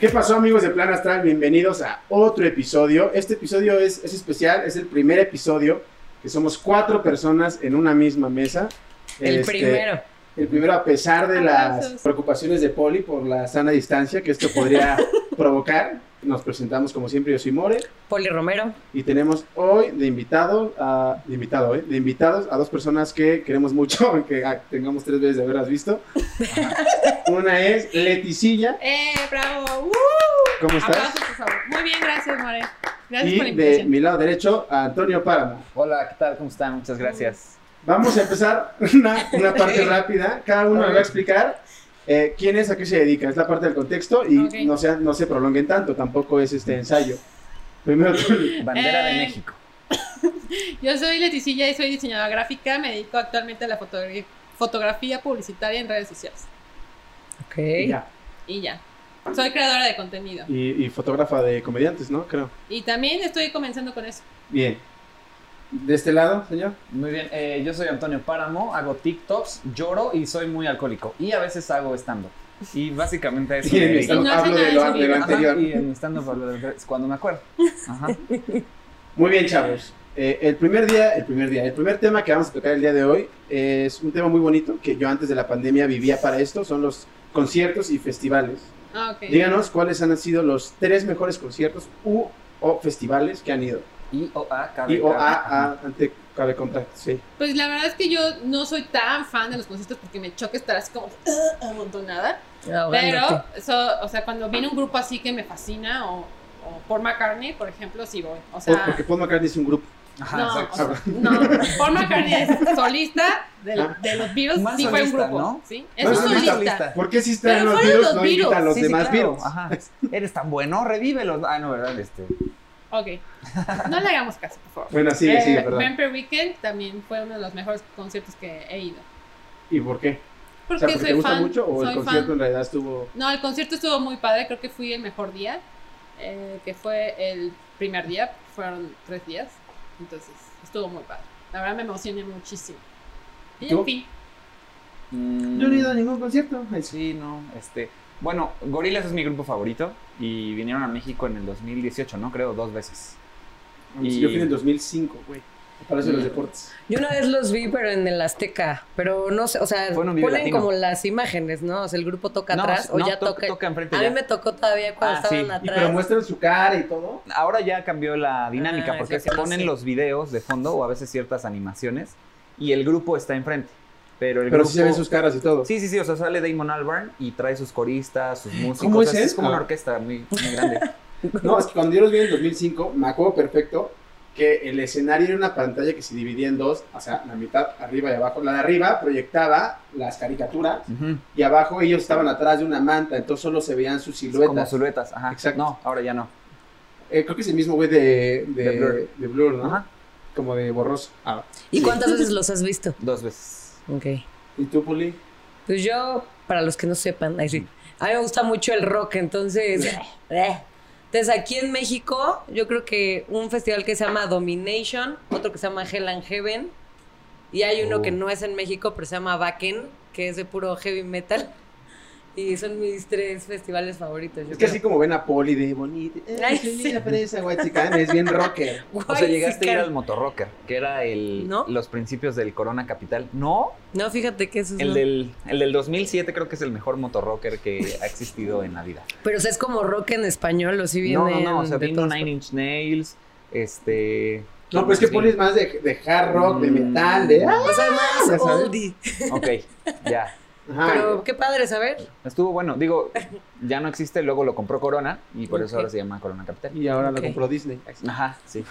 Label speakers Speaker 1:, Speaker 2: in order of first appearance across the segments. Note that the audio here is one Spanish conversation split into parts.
Speaker 1: ¿Qué pasó amigos de Plan Astral? Bienvenidos a otro episodio. Este episodio es, es especial, es el primer episodio que somos cuatro personas en una misma mesa.
Speaker 2: El
Speaker 1: Este,
Speaker 2: primero.
Speaker 1: El primero, a pesar de las
Speaker 3: Abrazos.
Speaker 1: preocupaciones de Poli por la sana distancia que esto podría provocar, nos presentamos como siempre, yo soy More,
Speaker 2: Poli Romero.
Speaker 1: y tenemos hoy de invitado a, de invitado, ¿eh? de invitados a dos personas que queremos mucho, aunque ah, tengamos tres veces de haberlas visto. Una es Leticilla,
Speaker 3: ¡Eh, bravo! ¡Uh!
Speaker 1: ¿cómo estás?
Speaker 3: Aplausos, por favor. Muy bien, gracias, More. Gracias por la
Speaker 1: Y de
Speaker 3: invitación.
Speaker 1: mi lado derecho, a Antonio Páramo.
Speaker 4: Hola, ¿qué tal? ¿Cómo están? Muchas gracias.
Speaker 1: Vamos a empezar una, una parte rápida. Cada uno nos va a explicar eh, quién es, a qué se dedica. Es la parte del contexto y
Speaker 3: Ok.
Speaker 1: no, sea, no se prolonguen tanto. Tampoco es este ensayo. Primero,
Speaker 2: Mm.
Speaker 1: tú.
Speaker 4: Bandera
Speaker 3: Eh,
Speaker 4: de México.
Speaker 3: Yo soy Leticilla y soy diseñadora gráfica. Me dedico actualmente a la fotogra- fotografía publicitaria en redes sociales.
Speaker 2: Ok.
Speaker 1: y, ya.
Speaker 3: Y ya. Soy creadora de contenido.
Speaker 1: Y- y fotógrafa de comediantes, ¿no? Creo.
Speaker 3: Y también estoy comenzando con eso.
Speaker 1: Bien. ¿De este lado, señor?
Speaker 4: Muy bien, eh, yo soy Antonio Páramo, hago TikToks, lloro y soy muy alcohólico. Y a veces hago stand-up. Y básicamente eso.
Speaker 1: Y en mi
Speaker 4: me
Speaker 1: stand-up
Speaker 3: no hace
Speaker 1: hablo
Speaker 3: nada
Speaker 1: de lo,
Speaker 3: de
Speaker 1: de
Speaker 3: su
Speaker 1: lo
Speaker 3: vida.
Speaker 1: anterior.
Speaker 4: Y en mi stand-up hablo de- es cuando me acuerdo. Ajá.
Speaker 1: Muy bien, chavos. Eh, el primer día, el primer día, el primer tema que vamos a tocar el día de hoy es un tema muy bonito que yo antes de la pandemia vivía para esto, son los conciertos y festivales.
Speaker 3: Ah, ok.
Speaker 1: Díganos cuáles han sido los tres mejores conciertos u o festivales que han ido.
Speaker 4: Y o a cabe,
Speaker 1: Y o
Speaker 4: cabe.
Speaker 1: a, a ante cabe contar, sí.
Speaker 3: Pues la verdad es que yo no soy tan fan de los conciertos porque me choca estar así como "Ugh", amontonada. Pero,
Speaker 2: Ahogándote.
Speaker 3: so- o sea, cuando viene un grupo así que me fascina, o, o Paul McCartney, por ejemplo, sí voy. O
Speaker 1: Por-
Speaker 3: sea,
Speaker 1: porque Paul McCartney es un grupo.
Speaker 4: Ajá,
Speaker 3: no, o
Speaker 4: exacto.
Speaker 3: sea, no, Paul McCartney es solista del-
Speaker 1: Ah.
Speaker 3: de los Beatles,
Speaker 4: Más
Speaker 3: sí fue un
Speaker 4: solista,
Speaker 3: grupo.
Speaker 4: ¿no?
Speaker 3: ¿sí? Es
Speaker 1: No,
Speaker 3: un
Speaker 1: es solista.
Speaker 3: solista.
Speaker 1: ¿Por qué si están
Speaker 3: Pero
Speaker 1: los
Speaker 3: fueron
Speaker 1: virus
Speaker 3: los
Speaker 1: no invitan a
Speaker 3: Beatles.
Speaker 1: los
Speaker 4: Sí, sí,
Speaker 1: demás
Speaker 4: claro,
Speaker 1: virus?
Speaker 4: Ajá. Eres tan bueno, revívelos. Ah, no, ¿verdad? Este,
Speaker 3: Ok, no le hagamos caso, por favor.
Speaker 1: Bueno, sí, sí,
Speaker 3: Eh,
Speaker 1: verdad.
Speaker 3: Vampire Weekend también fue uno de los mejores conciertos que he ido.
Speaker 1: ¿Y por qué? O
Speaker 3: Porque,
Speaker 1: sea, porque
Speaker 3: soy
Speaker 1: te gusta
Speaker 3: fan.
Speaker 1: mucho o el
Speaker 3: soy
Speaker 1: concierto
Speaker 3: fan.
Speaker 1: en realidad estuvo
Speaker 3: No, el concierto estuvo muy padre, creo que fui el mejor día, eh, que fue el primer día, fueron tres días, entonces estuvo muy padre. La verdad me emocioné muchísimo. Y
Speaker 1: ¿Tú?
Speaker 3: en fin,
Speaker 4: mm,
Speaker 1: Yo no he ido a ningún concierto.
Speaker 4: Sí, no, este. Bueno, Gorilas es mi grupo favorito y vinieron a México en el 2018, ¿no? Creo dos veces.
Speaker 1: Sí,
Speaker 4: Y-
Speaker 1: Yo fui en el 2005, güey. al Palacio de los Deportes.
Speaker 2: Yo una vez los vi, pero en el Azteca. Pero no sé, o sea,
Speaker 4: Fue en un Vive
Speaker 2: ponen
Speaker 4: Latino.
Speaker 2: como las imágenes, ¿no? O sea, el grupo toca atrás o
Speaker 4: no,
Speaker 2: ya
Speaker 4: to-
Speaker 2: toca.
Speaker 4: enfrente
Speaker 2: a
Speaker 4: ya.
Speaker 2: mí me tocó todavía cuando
Speaker 4: Ah,
Speaker 2: estaban
Speaker 4: sí.
Speaker 1: Y
Speaker 2: Mm. atrás.
Speaker 1: pero muestran su cara y todo.
Speaker 4: Ahora ya cambió la dinámica
Speaker 2: Ah, es
Speaker 4: porque
Speaker 2: lo que no
Speaker 4: ponen
Speaker 2: sé.
Speaker 4: los videos de fondo o a veces ciertas animaciones y el grupo está enfrente. Pero el
Speaker 1: Pero
Speaker 4: grupo...
Speaker 1: sí se ven sus caras y todo.
Speaker 4: Sí, sí, sí, o sea, sale Damon Albarn y trae sus coristas, sus músicos.
Speaker 1: ¿Cómo
Speaker 4: o
Speaker 1: es
Speaker 4: sea,
Speaker 1: él?
Speaker 4: como una
Speaker 1: Ah.
Speaker 4: orquesta muy, muy grande.
Speaker 1: No, es que cuando yo los vi en el 2005, me acuerdo perfecto que el escenario era una pantalla que se dividía en dos, o sea, la mitad arriba y abajo. La de arriba proyectaba las caricaturas
Speaker 4: Ujú.
Speaker 1: y abajo ellos estaban atrás de una manta, entonces solo se veían sus
Speaker 4: Como
Speaker 1: siluetas.
Speaker 4: siluetas, ajá.
Speaker 1: Exacto.
Speaker 4: No, ahora ya no.
Speaker 1: Eh, creo que es el mismo güey de, de,
Speaker 4: De Blur.
Speaker 1: de Blur, ¿no?
Speaker 4: Ajá,
Speaker 1: Como de borroso. Ah.
Speaker 2: ¿Y cuántas veces los has visto?
Speaker 4: dos veces.
Speaker 2: Ok.
Speaker 1: ¿Y tú, Poli?
Speaker 2: Pues yo, para los que no sepan, ahí sí. A mí me gusta mucho el rock, entonces. eh. Entonces aquí en México, yo creo que un festival que se llama Domination, otro que se llama Hell and Heaven, y hay uno
Speaker 4: Oh.
Speaker 2: que no es en México, pero se llama Backen, que es de puro heavy metal. Y son mis tres festivales favoritos. yo
Speaker 1: Es que
Speaker 2: creo.
Speaker 1: así como ven a Poli de bonita, eh,
Speaker 2: Ay,
Speaker 1: soy
Speaker 2: sí.
Speaker 1: linda fresa, guachicán, es bien rocker.
Speaker 4: O sea,
Speaker 2: Guay,
Speaker 4: llegaste
Speaker 2: sí,
Speaker 4: a ir
Speaker 2: cara.
Speaker 4: al Motorrocker, que era el,
Speaker 2: ¿No?
Speaker 4: los principios del Corona Capital. No,
Speaker 2: No, fíjate que eso es.
Speaker 4: el
Speaker 2: no.
Speaker 4: del, el del 2007 creo que es el mejor Motorrocker que ha existido en la vida.
Speaker 2: Pero o sea, es como rock en español, o si viene.
Speaker 4: No, no, no, o sea, vino Nine Inch Nails, este...
Speaker 1: No, pero es que
Speaker 4: Sí.
Speaker 1: Poli es más de, de hard rock, de
Speaker 4: Mm.
Speaker 1: metal, de... ¡ah!
Speaker 2: O sea, más
Speaker 1: Ya sabes.
Speaker 2: Pues, oldie.
Speaker 4: Ok, ya. Ah.
Speaker 1: Ajá.
Speaker 2: Pero qué padre saber.
Speaker 4: Estuvo bueno, digo, ya no existe, luego lo compró Corona y por eso
Speaker 2: Ok.
Speaker 4: ahora se llama Corona Capital.
Speaker 1: Y ahora
Speaker 2: Ok.
Speaker 1: lo compró Disney.
Speaker 4: Ajá, sí.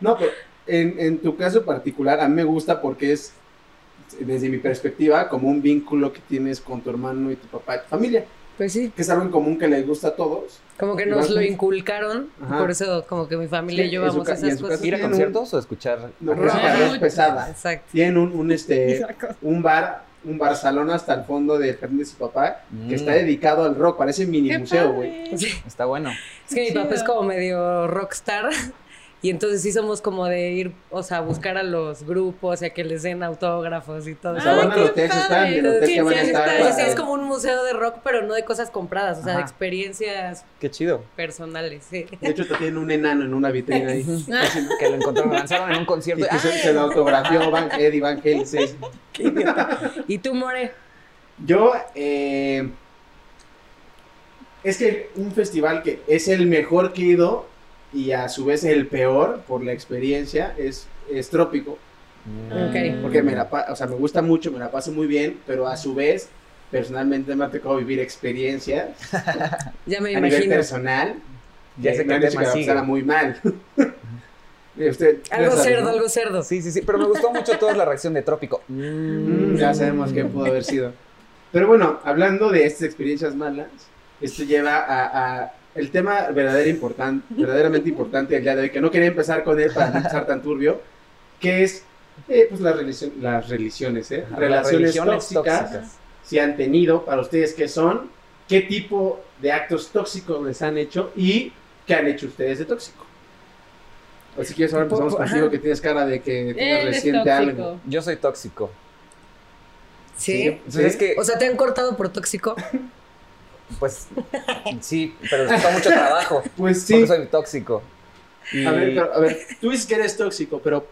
Speaker 1: No, pero en, en tu caso particular, a mí me gusta porque es, desde mi perspectiva, como un vínculo que tienes con tu hermano y tu papá y tu familia,
Speaker 2: Pues sí.
Speaker 1: que es algo en común que les gusta a todos.
Speaker 2: Como que nos
Speaker 1: Igual
Speaker 2: lo
Speaker 1: como-
Speaker 2: inculcaron,
Speaker 1: Ajá.
Speaker 2: por eso como que mi familia
Speaker 1: Sí,
Speaker 2: y yo
Speaker 1: en su
Speaker 2: vamos
Speaker 1: ca-
Speaker 2: a
Speaker 1: y en
Speaker 2: esas
Speaker 1: su
Speaker 2: cosas.
Speaker 1: casa
Speaker 4: ¿Ir a
Speaker 1: Tienen
Speaker 4: conciertos o escuchar?
Speaker 1: No,
Speaker 4: rock?
Speaker 1: rock, rock es pesada.
Speaker 2: Exacto.
Speaker 1: Tienen un, un, este,
Speaker 3: Exacto.
Speaker 1: un bar, un bar salón hasta el fondo de jardín de su papá, que
Speaker 4: Mm,
Speaker 1: está dedicado al rock, parece mini
Speaker 3: Qué
Speaker 1: museo,
Speaker 3: padre.
Speaker 1: güey.
Speaker 2: Sí,
Speaker 4: Está bueno.
Speaker 2: Es que mi papá es
Speaker 3: Chido.
Speaker 2: como medio rockstar Y entonces sí somos como de ir, o sea, a buscar a los grupos y a que les den autógrafos y todo
Speaker 1: O
Speaker 2: eso.
Speaker 1: sea,
Speaker 3: Ay,
Speaker 1: van al
Speaker 3: Ah, qué
Speaker 1: hotel, se están,
Speaker 3: padre.
Speaker 1: el hotel
Speaker 2: Sí,
Speaker 1: que van
Speaker 2: sí,
Speaker 1: a
Speaker 2: sí,
Speaker 1: estar.
Speaker 2: está-
Speaker 1: va
Speaker 2: sí,
Speaker 1: a-
Speaker 2: es como un museo de rock, pero no de cosas compradas, o sea, de
Speaker 5: Ajá.
Speaker 2: experiencias
Speaker 4: Qué chido.
Speaker 2: personales. sí.
Speaker 1: De hecho, te tienen un enano en una vitrina ahí.
Speaker 5: Que lo encontraron, lo lanzaron en un concierto.
Speaker 1: Y que
Speaker 5: ¡Ah!
Speaker 1: se, se lo autografió Van, Eddie Van Halen. sí.
Speaker 2: ¿Y tú, More?
Speaker 1: Yo, eh, es que un festival que es el mejor que he ido y a su vez el peor por la experiencia es, es Trópico.
Speaker 4: Mm,
Speaker 2: Ok.
Speaker 1: Porque me la, pa- o sea, me gusta mucho, me la paso muy bien, pero a su vez, personalmente me ha tocado vivir experiencias
Speaker 2: Ya me
Speaker 1: a nivel
Speaker 2: imagino.
Speaker 1: personal.
Speaker 4: Ya
Speaker 1: que
Speaker 4: sé
Speaker 1: me
Speaker 4: qué
Speaker 1: han dicho
Speaker 4: tema
Speaker 1: que la
Speaker 4: sigue.
Speaker 1: pasara muy mal. Usted- ya
Speaker 2: Algo
Speaker 1: sabe,
Speaker 2: cerdo,
Speaker 1: ¿no?
Speaker 2: algo cerdo.
Speaker 4: Sí, sí, sí, pero me gustó mucho toda la reacción de Trópico.
Speaker 1: Mm, ya sabemos qué pudo haber sido. Pero bueno, hablando de estas experiencias malas, esto lleva a, a el tema verdadero importan- verdaderamente importante del día de hoy, que no quería empezar con él para no empezar tan turbio, que es eh, pues las, religion- las religiones, ¿eh?
Speaker 4: Ajá,
Speaker 1: relaciones,
Speaker 4: religiones
Speaker 1: tóxicas, si han tenido, para ustedes qué son, qué tipo de actos tóxicos les han hecho y qué han hecho ustedes de tóxico. Así que ahora empezamos
Speaker 2: Ajá.
Speaker 1: contigo, que tienes cara de que tienes
Speaker 3: Él es
Speaker 1: reciente algo.
Speaker 3: tóxico.
Speaker 4: Yo soy tóxico.
Speaker 2: Sí.
Speaker 4: Entonces pues es que,
Speaker 2: O sea, te han cortado por tóxico.
Speaker 4: pues, sí, pero les costó mucho trabajo.
Speaker 1: Pues sí.
Speaker 4: Porque soy tóxico. Y-
Speaker 1: A ver, pero, a ver, tú dices que eres tóxico, pero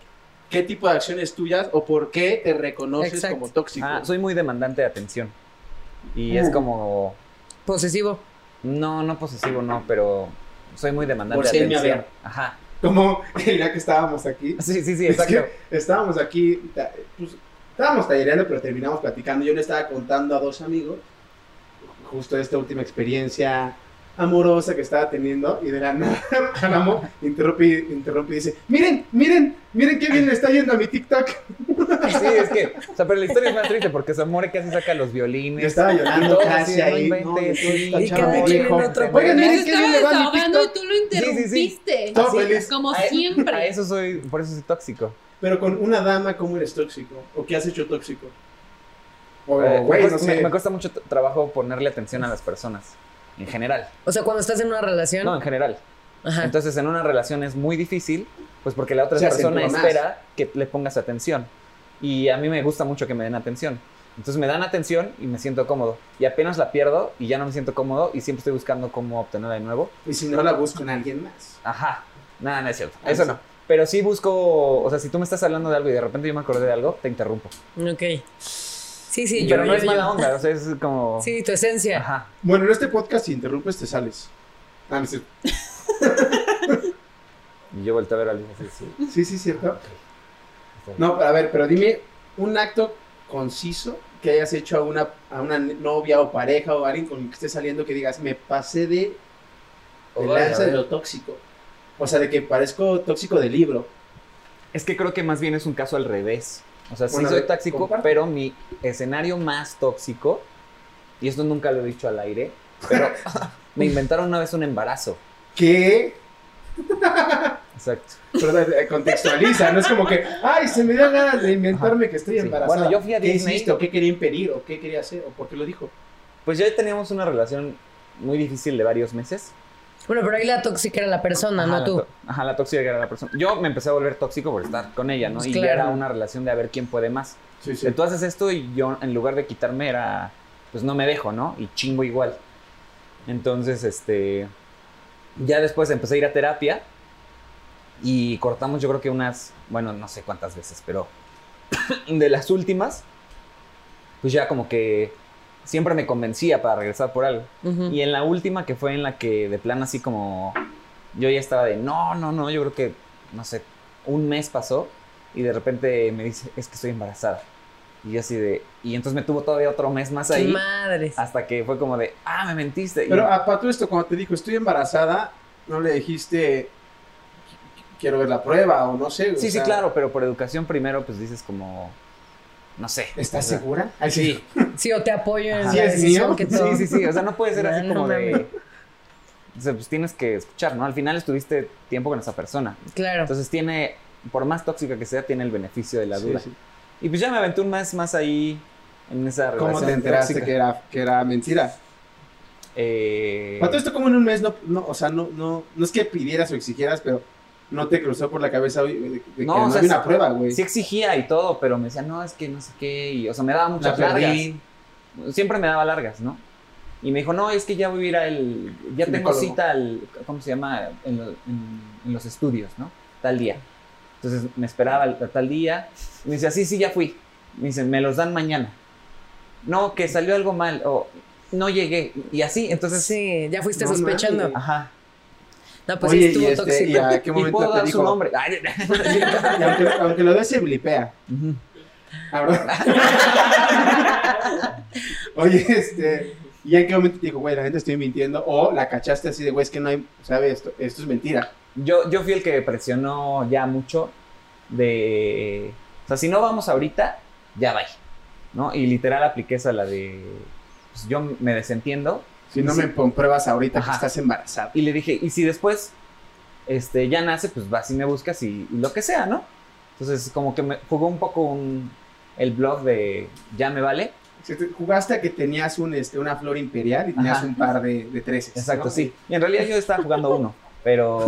Speaker 1: ¿qué tipo de acciones tuyas o por qué te reconoces
Speaker 2: Exacto.
Speaker 1: como tóxico?
Speaker 4: Ah, soy muy demandante de atención. Y es
Speaker 1: Mm.
Speaker 4: como,
Speaker 2: Posesivo.
Speaker 4: no, no posesivo, no, pero soy muy demandante
Speaker 1: Por si
Speaker 4: de
Speaker 1: él me
Speaker 4: atención.
Speaker 1: había-
Speaker 4: Ajá.
Speaker 1: Como el día que estábamos aquí.
Speaker 4: Sí, sí, sí,
Speaker 1: Es
Speaker 4: exacto.
Speaker 1: que estábamos aquí, ta- pues, estábamos tallereando, pero terminamos platicando. Yo le estaba contando a dos amigos justo esta última experiencia amorosa que estaba teniamo y de la nada Álamo interrumpe, y- interrumpe y dice, miren, miren, miren qué bien le está yendo a mi TikTok.
Speaker 4: Sí, es que, o sea, pero la historia es más triste porque Samore casi saca los
Speaker 1: Yo
Speaker 4: violines.
Speaker 1: estaba llorando
Speaker 4: Todo
Speaker 1: casi
Speaker 4: así, no
Speaker 1: ahí.
Speaker 4: inventes,
Speaker 1: No, yo estaba
Speaker 4: sí.
Speaker 1: chavo,
Speaker 2: Y cada quien en
Speaker 1: viejo.
Speaker 2: otro
Speaker 1: Oigan,
Speaker 3: Yo
Speaker 1: miren qué
Speaker 3: estaba
Speaker 1: bien le va a mi
Speaker 3: desahogando
Speaker 1: TikTok.
Speaker 3: y tú lo
Speaker 4: sí, sí.
Speaker 3: interrumpiste.
Speaker 1: Todo
Speaker 4: Así,
Speaker 1: feliz.
Speaker 3: Como
Speaker 4: A- A
Speaker 3: siempre.
Speaker 4: eso soy, por eso soy tóxico.
Speaker 1: Pero con una dama, ¿cómo eres tóxico? ¿O qué has hecho tóxico? O,
Speaker 4: Eh,
Speaker 1: Oh, güey,
Speaker 4: me,
Speaker 1: no
Speaker 4: cuesta,
Speaker 1: sé.
Speaker 4: me- me cuesta mucho t- trabajo ponerle atención a las personas. En general.
Speaker 2: O sea, cuando estás en una relación.
Speaker 4: No, en general.
Speaker 2: Ajá.
Speaker 4: Entonces, en una relación es muy difícil, pues porque la otra
Speaker 1: Ah. Se
Speaker 4: persona
Speaker 1: acentúa más.
Speaker 4: espera que le pongas atención. Y a mí me gusta mucho que me den atención. Entonces me dan atención y me siento cómodo. Y apenas la pierdo y ya no me siento cómodo y siempre estoy buscando cómo obtenerla de nuevo.
Speaker 1: Y si no la busco en alguien más.
Speaker 4: Ajá. Nada, no es cierto.
Speaker 1: Ah,
Speaker 4: Eso
Speaker 1: sí.
Speaker 4: no. Pero sí busco, o sea, si tú me estás hablando de algo y de repente yo me acordé de algo, te interrumpo.
Speaker 2: Ok. Sí, sí.
Speaker 4: Pero
Speaker 2: yo-
Speaker 4: no
Speaker 2: yo-
Speaker 4: es
Speaker 2: yo-
Speaker 4: mala onda, o sea, es como...
Speaker 2: Sí, tu esencia.
Speaker 4: Ajá.
Speaker 1: Bueno, en este podcast, si interrumpes, te sales. Ah, no es cierto.
Speaker 4: Y yo volteé a ver a Luis así, sí.
Speaker 1: Sí, sí, cierto.
Speaker 4: Está bien.
Speaker 1: No, pero a ver, pero dime un acto conciso que hayas hecho a una, a una novia o pareja o alguien con el que estés saliendo que digas, me pasé de, de
Speaker 4: Órale,
Speaker 1: lanza
Speaker 4: a
Speaker 1: de
Speaker 4: ver.
Speaker 1: lo tóxico. O sea, de que parezco tóxico de libro.
Speaker 4: Es que creo que más bien es un caso al revés. O sea, sí
Speaker 1: Bueno, a
Speaker 4: soy
Speaker 1: ver,
Speaker 4: tóxico,
Speaker 1: comparte.
Speaker 4: pero mi escenario más tóxico, y esto nunca lo he dicho al aire, pero me inventaron una vez un embarazo.
Speaker 1: ¿Qué?
Speaker 4: Exacto.
Speaker 1: Pero eh, contextualiza, no es como que, ay, se me dio ganas de inventarme que estoy
Speaker 4: Sí.
Speaker 1: embarazada.
Speaker 4: Bueno, yo fui a
Speaker 1: ¿Qué
Speaker 4: Disney.
Speaker 1: hiciste? ¿O qué quería impedir? ¿O qué quería hacer? ¿O por qué lo dijo?
Speaker 4: Pues ya teníamos una relación muy difícil de varios meses.
Speaker 2: Bueno, pero ahí la tóxica era la persona,
Speaker 4: Ajá,
Speaker 2: no
Speaker 4: la
Speaker 2: tú.
Speaker 4: to- Ajá, la tóxica era la persona. Yo me empecé a volver tóxico por estar con ella, ¿no?
Speaker 2: Pues
Speaker 4: y ya
Speaker 2: claro.
Speaker 4: era una relación de a ver quién puede más.
Speaker 1: Sí,
Speaker 4: Entonces Tú haces esto y yo, en lugar de quitarme, era. Pues no me dejo, ¿no? Y chingo igual. Entonces, este. Ya después empecé a ir a terapia. Y cortamos, yo creo que unas. Bueno, no sé cuántas veces, pero. de las últimas. Pues ya como que. Siempre me convencía para regresar por algo.
Speaker 2: Ujú.
Speaker 4: Y en la última, que fue en la que de plan así como. Yo ya estaba de no, no, no. Yo creo que. No sé. Un mes pasó. Y de repente me dice, es que estoy embarazada. Y yo así de. Y entonces me tuvo todavía otro mes más
Speaker 2: ¡Qué
Speaker 4: ahí. Ah,
Speaker 2: madres!
Speaker 4: Hasta que fue como de, ah, me mentiste. Y-
Speaker 1: Pero a para todo esto, cuando te dijo, estoy embarazada, no le dijiste, quiero ver la prueba o no sé. o
Speaker 4: sí, sí,
Speaker 1: sea,
Speaker 4: claro. Pero por educación primero, pues dices como. No sé.
Speaker 1: ¿Estás
Speaker 4: o sea,
Speaker 1: segura? Ay,
Speaker 4: Sí.
Speaker 2: Sí, o te apoyo en
Speaker 4: Ajá.
Speaker 2: la
Speaker 1: ¿Sí es
Speaker 2: decisión
Speaker 1: mío?
Speaker 2: que
Speaker 4: Sí,
Speaker 2: tomas.
Speaker 4: sí, sí. O sea, no puede ser así
Speaker 2: No,
Speaker 4: como
Speaker 2: no mames.
Speaker 4: de. O sea, pues tienes que escuchar, ¿no? Al final estuviste tiempo con esa persona.
Speaker 2: Claro.
Speaker 4: Entonces tiene, por más tóxica que sea, tiene el beneficio de la
Speaker 1: Sí,
Speaker 4: duda.
Speaker 1: sí.
Speaker 4: Y pues ya me aventé un mes más ahí en esa relación.
Speaker 1: ¿Cómo te enteraste
Speaker 4: tóxica.
Speaker 1: que era, que era mentira?
Speaker 4: Eh,
Speaker 1: Para todo esto, como en un mes, no, no, o sea, no, no, no es que pidieras o exigieras, pero no te cruzó por la cabeza hoy de, de que
Speaker 4: No,
Speaker 1: no,
Speaker 4: o sea,
Speaker 1: había una
Speaker 4: sí-
Speaker 1: prueba, güey.
Speaker 4: Sí exigía y todo, pero me decía, no, es que no sé qué. Y, o sea, me daba muchas
Speaker 1: La
Speaker 4: largas.
Speaker 1: perdí.
Speaker 4: Siempre me daba largas, ¿no? Y me dijo, no, es que ya voy a ir al... Ya tengo
Speaker 1: Ginecólogo.
Speaker 4: cita al... ¿Cómo se llama? En, lo- en- en los estudios, ¿no? Tal día. Entonces me esperaba al- a tal día. Me dice, sí, sí, ya fui. Me dice, me los dan mañana. No, que salió algo mal. O no llegué. Y así, entonces...
Speaker 2: Sí, ya fuiste
Speaker 1: No
Speaker 2: sospechando.
Speaker 1: mames.
Speaker 4: Ajá.
Speaker 2: No, pues sí
Speaker 1: Oye,
Speaker 2: estuvo
Speaker 1: y, este,
Speaker 2: tóxico.
Speaker 1: ¿y a qué
Speaker 4: Y
Speaker 1: momento
Speaker 4: puedo
Speaker 1: te
Speaker 4: dar
Speaker 1: dijo?
Speaker 4: su nombre. Ay,
Speaker 1: Y aunque, aunque lo des, se blipea.
Speaker 4: Ujú.
Speaker 1: Ahora- Oye, este. ¿Y en qué momento te dijo, güey, la gente estoy mintiendo? O la cachaste así de, güey, es que no hay. ¿Sabes? Esto, esto es mentira.
Speaker 4: Yo, yo fui el que presionó ya mucho de... O sea, si no vamos ahorita, ya va. ¿No? Y literal apliqué esa la de... pues, yo me desentiendo
Speaker 1: Si no
Speaker 4: Sí.
Speaker 1: me compruebas ahorita
Speaker 4: Ajá.
Speaker 1: que estás embarazada.
Speaker 4: y le dije, y si después este, ya nace, pues vas y me buscas y, y lo que sea, ¿no? Entonces como que me jugó un poco un, el blog de ya me vale.
Speaker 1: Si te- Jugaste a que tenías un, este, una flor imperial y tenías
Speaker 4: Ajá.
Speaker 1: un par de, de treces.
Speaker 4: Exacto,
Speaker 1: ¿no?
Speaker 4: sí. Y en realidad yo estaba jugando uno, pero...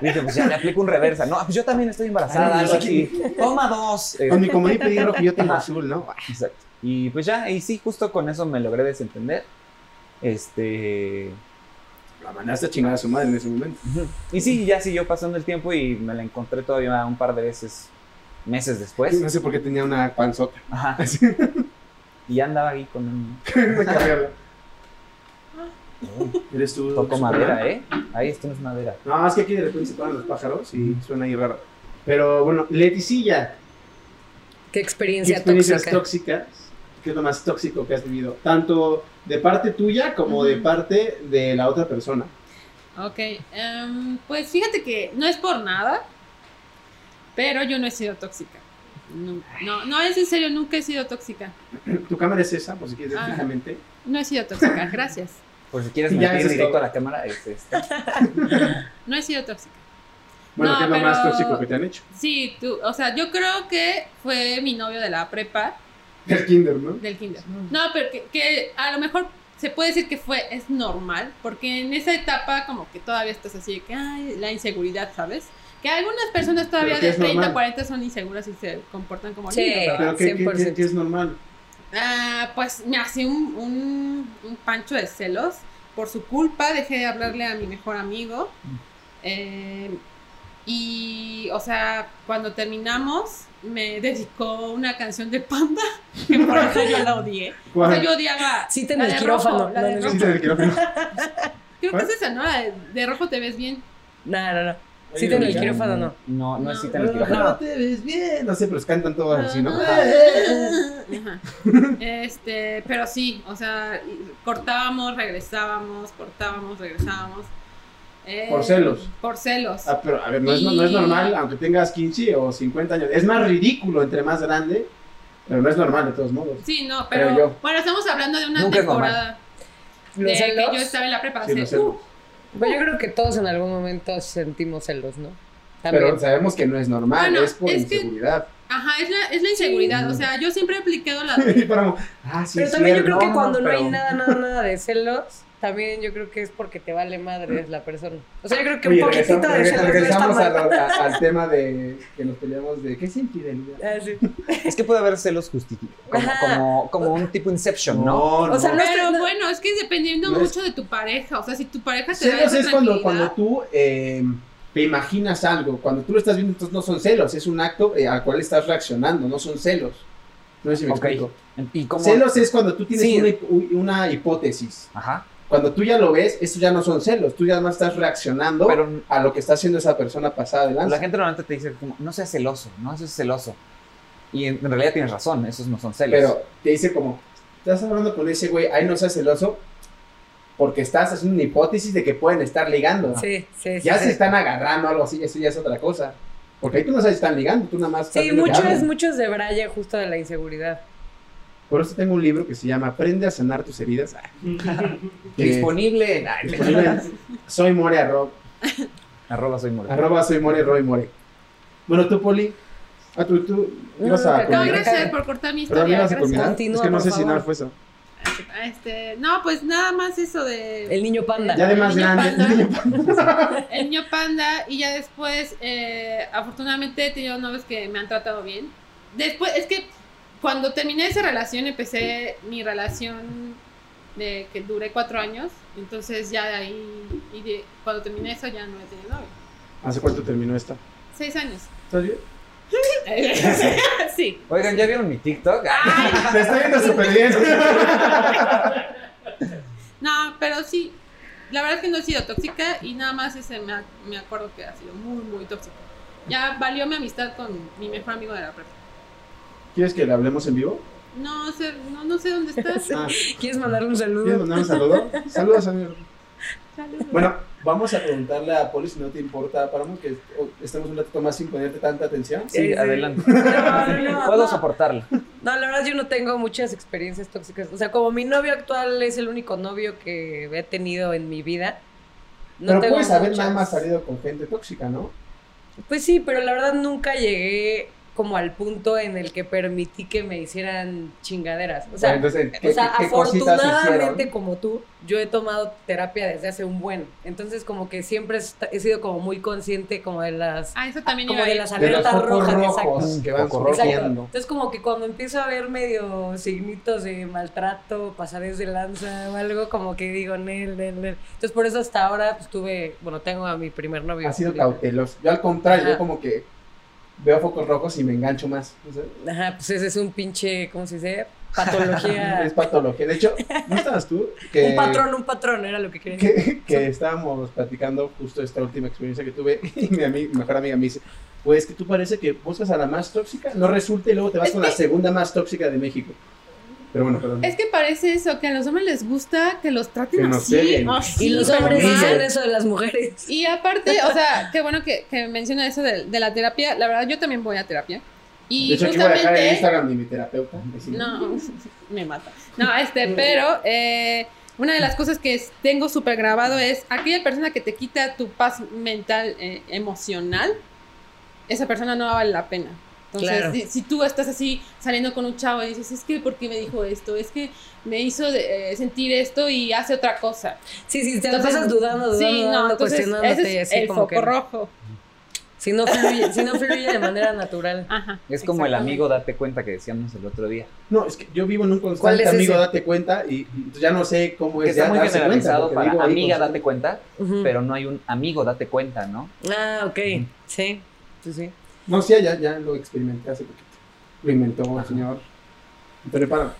Speaker 4: Dije, pues ya le aplico un reversa. No, pues yo también estoy embarazada, algo así. Toma dos. Eh,
Speaker 1: Con mi comodín peligro que yo tengo azul, ¿no?
Speaker 4: Exacto. Y pues ya, y sí, justo con eso me logré desentender. Este.
Speaker 1: La mandaste a chingar a su madre en ese momento.
Speaker 4: Y sí, ya siguió pasando el tiempo y me la encontré todavía un par de veces, meses después.
Speaker 1: No sé por qué tenía una panzota.
Speaker 4: Ajá. Y ya andaba ahí con un.
Speaker 1: Una carriola. Eres tú.
Speaker 4: Tocó
Speaker 1: Superman?
Speaker 4: madera, ¿eh? Ahí, esto no es madera.
Speaker 1: No, es que aquí de repente se paran los pájaros y suena ahí raro. Pero bueno, Leticilla, ¿qué
Speaker 2: Qué experiencia
Speaker 1: experiencias
Speaker 2: tóxica.
Speaker 1: tóxicas? ¿Qué es lo más tóxico que has vivido? Tanto de parte tuya como de parte de la otra persona.
Speaker 3: Ok, em, pues fíjate que no es por nada, pero yo no he sido tóxica. Nunca. No, no, es en serio, nunca he sido tóxica.
Speaker 1: Tu cámara es esa, por si quieres ver
Speaker 3: Ah.
Speaker 1: fijamente.
Speaker 3: No he sido tóxica, gracias.
Speaker 4: Por si quieres
Speaker 1: Ya,
Speaker 4: meter
Speaker 1: eso es
Speaker 4: directo
Speaker 1: todo.
Speaker 4: a la cámara, es este.
Speaker 3: No he sido tóxica.
Speaker 1: Bueno,
Speaker 3: No,
Speaker 1: ¿qué es lo más
Speaker 3: pero-
Speaker 1: tóxico que te han hecho?
Speaker 3: Sí, tú, o sea, yo creo que fue mi novio de la prepa,
Speaker 1: El kinder, ¿no?
Speaker 3: del kinder. No, pero que, que a lo mejor se puede decir que fue, es normal, porque en esa etapa como que todavía estás así de que, ay, la inseguridad, ¿sabes? Que algunas personas todavía
Speaker 1: que
Speaker 3: de
Speaker 1: es
Speaker 3: 30
Speaker 1: normal.
Speaker 3: a 40 son inseguras y se comportan como
Speaker 2: Sí.
Speaker 3: niños, ¿verdad?
Speaker 1: Pero ¿qué, qué- qué-
Speaker 2: 100%.
Speaker 1: qué es normal?
Speaker 3: Ah, pues me hacía un, un- un pancho de celos. Por su culpa dejé de hablarle a mi mejor amigo. Eh, y, o sea, cuando terminamos, me dedicó una canción de Panda, que por eso yo la odié. O sea,
Speaker 1: ¿Cuál?
Speaker 3: yo odiaba.
Speaker 2: Cita en
Speaker 3: la
Speaker 2: el
Speaker 3: de
Speaker 2: quirófano,
Speaker 3: rojo, la
Speaker 2: no
Speaker 3: de
Speaker 2: en el-
Speaker 1: Sí,
Speaker 3: rojo.
Speaker 1: te quirófano.
Speaker 3: Creo que es esa, ¿no? La de, de rojo te ves bien.
Speaker 2: No, no, no. Sí, en el quirófano, no.
Speaker 4: No, no es cita en el
Speaker 1: No
Speaker 4: quirófano.
Speaker 1: te ves bien. No sé, pero cantan todas así, ¿no?
Speaker 3: Ah, Ajá. Este, pero sí, o sea, y- cortábamos, regresábamos, cortábamos, regresábamos. Eh,
Speaker 1: Por celos.
Speaker 3: Por celos.
Speaker 1: Ah, pero a ver, no es, no es normal, aunque tengas 15 o 50 años. Es más ridículo entre más grande, pero no es normal de todos modos.
Speaker 3: Sí, no,
Speaker 1: Creo
Speaker 3: pero
Speaker 1: yo.
Speaker 3: bueno, estamos hablando de una
Speaker 4: Nunca es
Speaker 3: temporada de
Speaker 2: ¿Los
Speaker 3: que yo
Speaker 2: celos?
Speaker 3: estaba en la prepa.
Speaker 1: Sí,
Speaker 3: sí. Uh,
Speaker 1: no sé.
Speaker 2: Pues yo creo que todos en algún momento sentimos celos, ¿no? También.
Speaker 1: Pero sabemos que no es normal,
Speaker 3: Bueno,
Speaker 1: es por
Speaker 3: es que-
Speaker 1: inseguridad.
Speaker 3: Ajá, es la, es la inseguridad, o sea, yo siempre he aplicado la...
Speaker 1: Y paramos, ah, sí,
Speaker 2: Pero
Speaker 1: es
Speaker 2: también yo
Speaker 1: cierto,
Speaker 2: creo que
Speaker 1: no,
Speaker 2: cuando no,
Speaker 1: pero-
Speaker 2: hay nada, nada, nada de celos, también yo creo que es porque te vale madres la persona. O sea, yo creo que
Speaker 1: Oye,
Speaker 2: un poquitito
Speaker 1: regresamos, regre-
Speaker 2: de celos no está
Speaker 1: regresamos a
Speaker 2: mal.
Speaker 1: lo- a- al tema de que nos peleamos de qué es infidelidad.
Speaker 2: Ah, sí.
Speaker 4: Es que puede haber celos justificados. Como,
Speaker 2: Ajá.
Speaker 4: como, como un tipo Inception, ¿no?
Speaker 2: O sea, no-
Speaker 3: Pero
Speaker 2: no-
Speaker 3: bueno, es que es dependiendo
Speaker 1: No es-
Speaker 3: mucho de tu pareja, o sea, si tu pareja te da
Speaker 1: Celos
Speaker 3: esa
Speaker 1: es cuando, cuando
Speaker 3: tranquilidad,
Speaker 1: tú eh, te imaginas algo, cuando tú lo estás viendo, entonces no son celos, es un acto eh, al cual estás reaccionando, no son celos. No sé si me
Speaker 4: Ok.
Speaker 1: explico.
Speaker 4: Y como.
Speaker 1: Celos es cuando tú tienes
Speaker 4: Sí.
Speaker 1: una, hip- u- una hipótesis.
Speaker 4: Ajá.
Speaker 1: Cuando tú ya lo ves, eso ya no son celos, tú ya no estás reaccionando
Speaker 4: Pero
Speaker 1: a lo que está haciendo esa persona pasada de lanza.
Speaker 4: Pues La gente normalmente te dice como, no seas celoso, no, eso es celoso. Y en, en realidad tienes razón, esos no son celos.
Speaker 1: Pero te dice como, estás hablando con ese güey, ay no seas celoso, porque estás haciendo una hipótesis de que pueden estar ligando.
Speaker 2: Sí, sí, sí.
Speaker 1: ya
Speaker 2: sí.
Speaker 1: se están agarrando algo así, eso ya es otra cosa. Porque ahí tú no sabes si están ligando, tú nada más estás
Speaker 2: Sí,
Speaker 1: viendo que
Speaker 2: mucho es,
Speaker 1: hablan.
Speaker 2: mucho es de Braya justo de la inseguridad.
Speaker 1: Por eso tengo un libro que se llama Aprende a sanar tus heridas. Ah, que-
Speaker 4: Disponible en
Speaker 1: disponible en soy More arroba,
Speaker 4: arroba soy Mora.
Speaker 1: arroba soy More Roy More. Bueno, tú, Poli, ah, tú, tú
Speaker 2: No,
Speaker 1: ibas
Speaker 2: no,
Speaker 1: a
Speaker 2: te acabo
Speaker 3: No,
Speaker 2: de
Speaker 1: culminar.
Speaker 3: gracias por cortar mi
Speaker 1: Perdón, ibas a
Speaker 3: historia. gracias.
Speaker 1: culminar.
Speaker 2: Continúa,
Speaker 1: es que no
Speaker 2: por
Speaker 1: sé si
Speaker 2: favor.
Speaker 1: nada fue eso.
Speaker 3: Ah, Este, no, pues nada más eso de
Speaker 2: El niño panda.
Speaker 1: Ya de más
Speaker 3: Niño
Speaker 1: grande.
Speaker 3: panda.
Speaker 1: niño panda.
Speaker 3: el niño panda y ya después, eh, afortunadamente he tenido novios que me han tratado bien. Después, es que cuando terminé esa relación, empecé mi relación de que duré cuatro años, entonces ya de ahí, y de, cuando terminé eso ya no he tenido novio.
Speaker 1: ¿Hace cuánto terminó esta?
Speaker 3: Seis años.
Speaker 1: ¿Estás bien?
Speaker 3: sí.
Speaker 4: Oigan, ¿ya vieron mi TikTok? ¡Ah!
Speaker 1: Te está viendo súper bien.
Speaker 3: No, pero sí. La verdad es que no he sido tóxica y nada más ese me, ac- me acuerdo que ha sido muy, muy tóxico. Ya valió mi amistad con mi mejor amigo de la prepa.
Speaker 1: ¿Quieres que le hablemos en vivo?
Speaker 3: No sé, no, no sé dónde estás.
Speaker 1: Ah,
Speaker 2: ¿Quieres mandarle un
Speaker 1: ¿Quieres
Speaker 2: saludo?
Speaker 1: mandar un saludo? Saludos, amigo.
Speaker 3: Saludos.
Speaker 1: Bueno, vamos a preguntarle a Poli si no te importa, paramos que est- o- estemos un ratito más sin ponerte tanta atención.
Speaker 4: Sí, adelante.
Speaker 2: No, no, no,
Speaker 4: Puedo
Speaker 2: no.
Speaker 4: soportarlo.
Speaker 2: No, la verdad yo no tengo muchas experiencias tóxicas. O sea, como mi novio actual es el único novio que he tenido en mi vida. No
Speaker 1: Pero
Speaker 2: tengo
Speaker 1: puedes haber
Speaker 2: muchas.
Speaker 1: nada más salido con gente tóxica, ¿no?
Speaker 2: Pues sí, pero la verdad nunca llegué como al punto en el que permití que me hicieran chingaderas. O sea,
Speaker 1: entonces,
Speaker 2: o
Speaker 1: cositas
Speaker 2: sea, afortunadamente como tú, yo he tomado terapia desde hace un buen. Entonces como que siempre est- he sido como muy consciente como de las
Speaker 3: Ah, eso también
Speaker 2: como
Speaker 3: iba a
Speaker 2: de
Speaker 3: ir.
Speaker 2: las
Speaker 1: De los
Speaker 2: alertas
Speaker 1: focos
Speaker 2: rojas,
Speaker 1: rojos
Speaker 2: exacto.
Speaker 1: que van
Speaker 4: Focos
Speaker 2: Exacto.
Speaker 1: surgiendo.
Speaker 2: Entonces como que cuando empiezo a ver medio signitos de maltrato, pasadez de lanza o algo, como que digo, nel, nel, nel. Entonces por eso hasta ahora pues tuve, bueno, tengo a mi primer novio.
Speaker 1: Ha sido cauteloso. Yo al contrario, yo
Speaker 2: Ajá.
Speaker 1: como que veo focos rojos y me engancho más. O sea,
Speaker 2: Ajá, pues ese es un pinche, ¿cómo se dice? Patología.
Speaker 1: Es patología. De hecho, ¿no estabas tú? Que,
Speaker 2: un patrón, un patrón, era lo que quería decir.
Speaker 1: que, que estábamos platicando justo esta última experiencia que tuve y mi, ami- mi mejor amiga me dice, pues que tú parece que buscas a la más tóxica, no resulta y luego te vas
Speaker 3: Es
Speaker 1: con la segunda más tóxica de México. Pero bueno, perdón.
Speaker 3: Es que parece eso, que a los hombres les gusta que los traten
Speaker 1: Que nos
Speaker 3: así.
Speaker 1: peguen.
Speaker 3: así,
Speaker 2: Y los
Speaker 1: Sí,
Speaker 2: hombres
Speaker 1: también.
Speaker 2: dicen
Speaker 3: ¿verdad?
Speaker 2: eso de las mujeres.
Speaker 3: Y aparte, o sea, qué bueno que, que menciona eso de, de la terapia. La verdad, yo también voy a terapia. Y
Speaker 1: de hecho, aquí voy a
Speaker 3: justamente...
Speaker 1: dejar
Speaker 2: ¿eh?
Speaker 1: el Instagram de mi terapeuta. así.
Speaker 3: No, me mata. No, este, pero eh, una de las cosas que es- tengo súper grabado es aquella persona que te quita tu paz mental, eh, emocional, esa persona no vale la pena. Entonces,
Speaker 2: Claro.
Speaker 3: si, si tú estás así saliendo con un chavo y dices, es que, ¿por qué me dijo esto? Es que me hizo de- eh, sentir esto y hace otra cosa.
Speaker 2: Sí, sí, te la
Speaker 3: Entonces,
Speaker 2: pasas dudando, dudando,
Speaker 3: sí, no,
Speaker 2: dudando,
Speaker 3: entonces,
Speaker 2: cuestionándote.
Speaker 3: ese es
Speaker 2: así
Speaker 3: el
Speaker 2: como
Speaker 3: foco
Speaker 2: que,
Speaker 3: rojo.
Speaker 2: Si no, fluye, si no fluye de manera natural.
Speaker 3: Ajá.
Speaker 4: Es como el
Speaker 3: exactamente.
Speaker 4: amigo date cuenta que decíamos el otro día.
Speaker 1: No, es que yo vivo en un
Speaker 2: ¿Cuál
Speaker 1: constante
Speaker 2: es
Speaker 1: amigo,
Speaker 2: ese?
Speaker 1: date cuenta, y, y ya no sé cómo es
Speaker 4: Que
Speaker 1: Pues ya
Speaker 4: está muy
Speaker 1: darse cuenta,
Speaker 4: generalizado
Speaker 1: porque
Speaker 4: para
Speaker 1: digo ahí
Speaker 4: amiga
Speaker 1: constante.
Speaker 4: date cuenta,
Speaker 2: Ujú.
Speaker 4: pero no hay un amigo date cuenta, ¿no?
Speaker 2: Ah, ok. Sí, sí, sí.
Speaker 1: No, sí, ya, ya lo experimenté hace poquito. Lo inventó el señor. Pero para.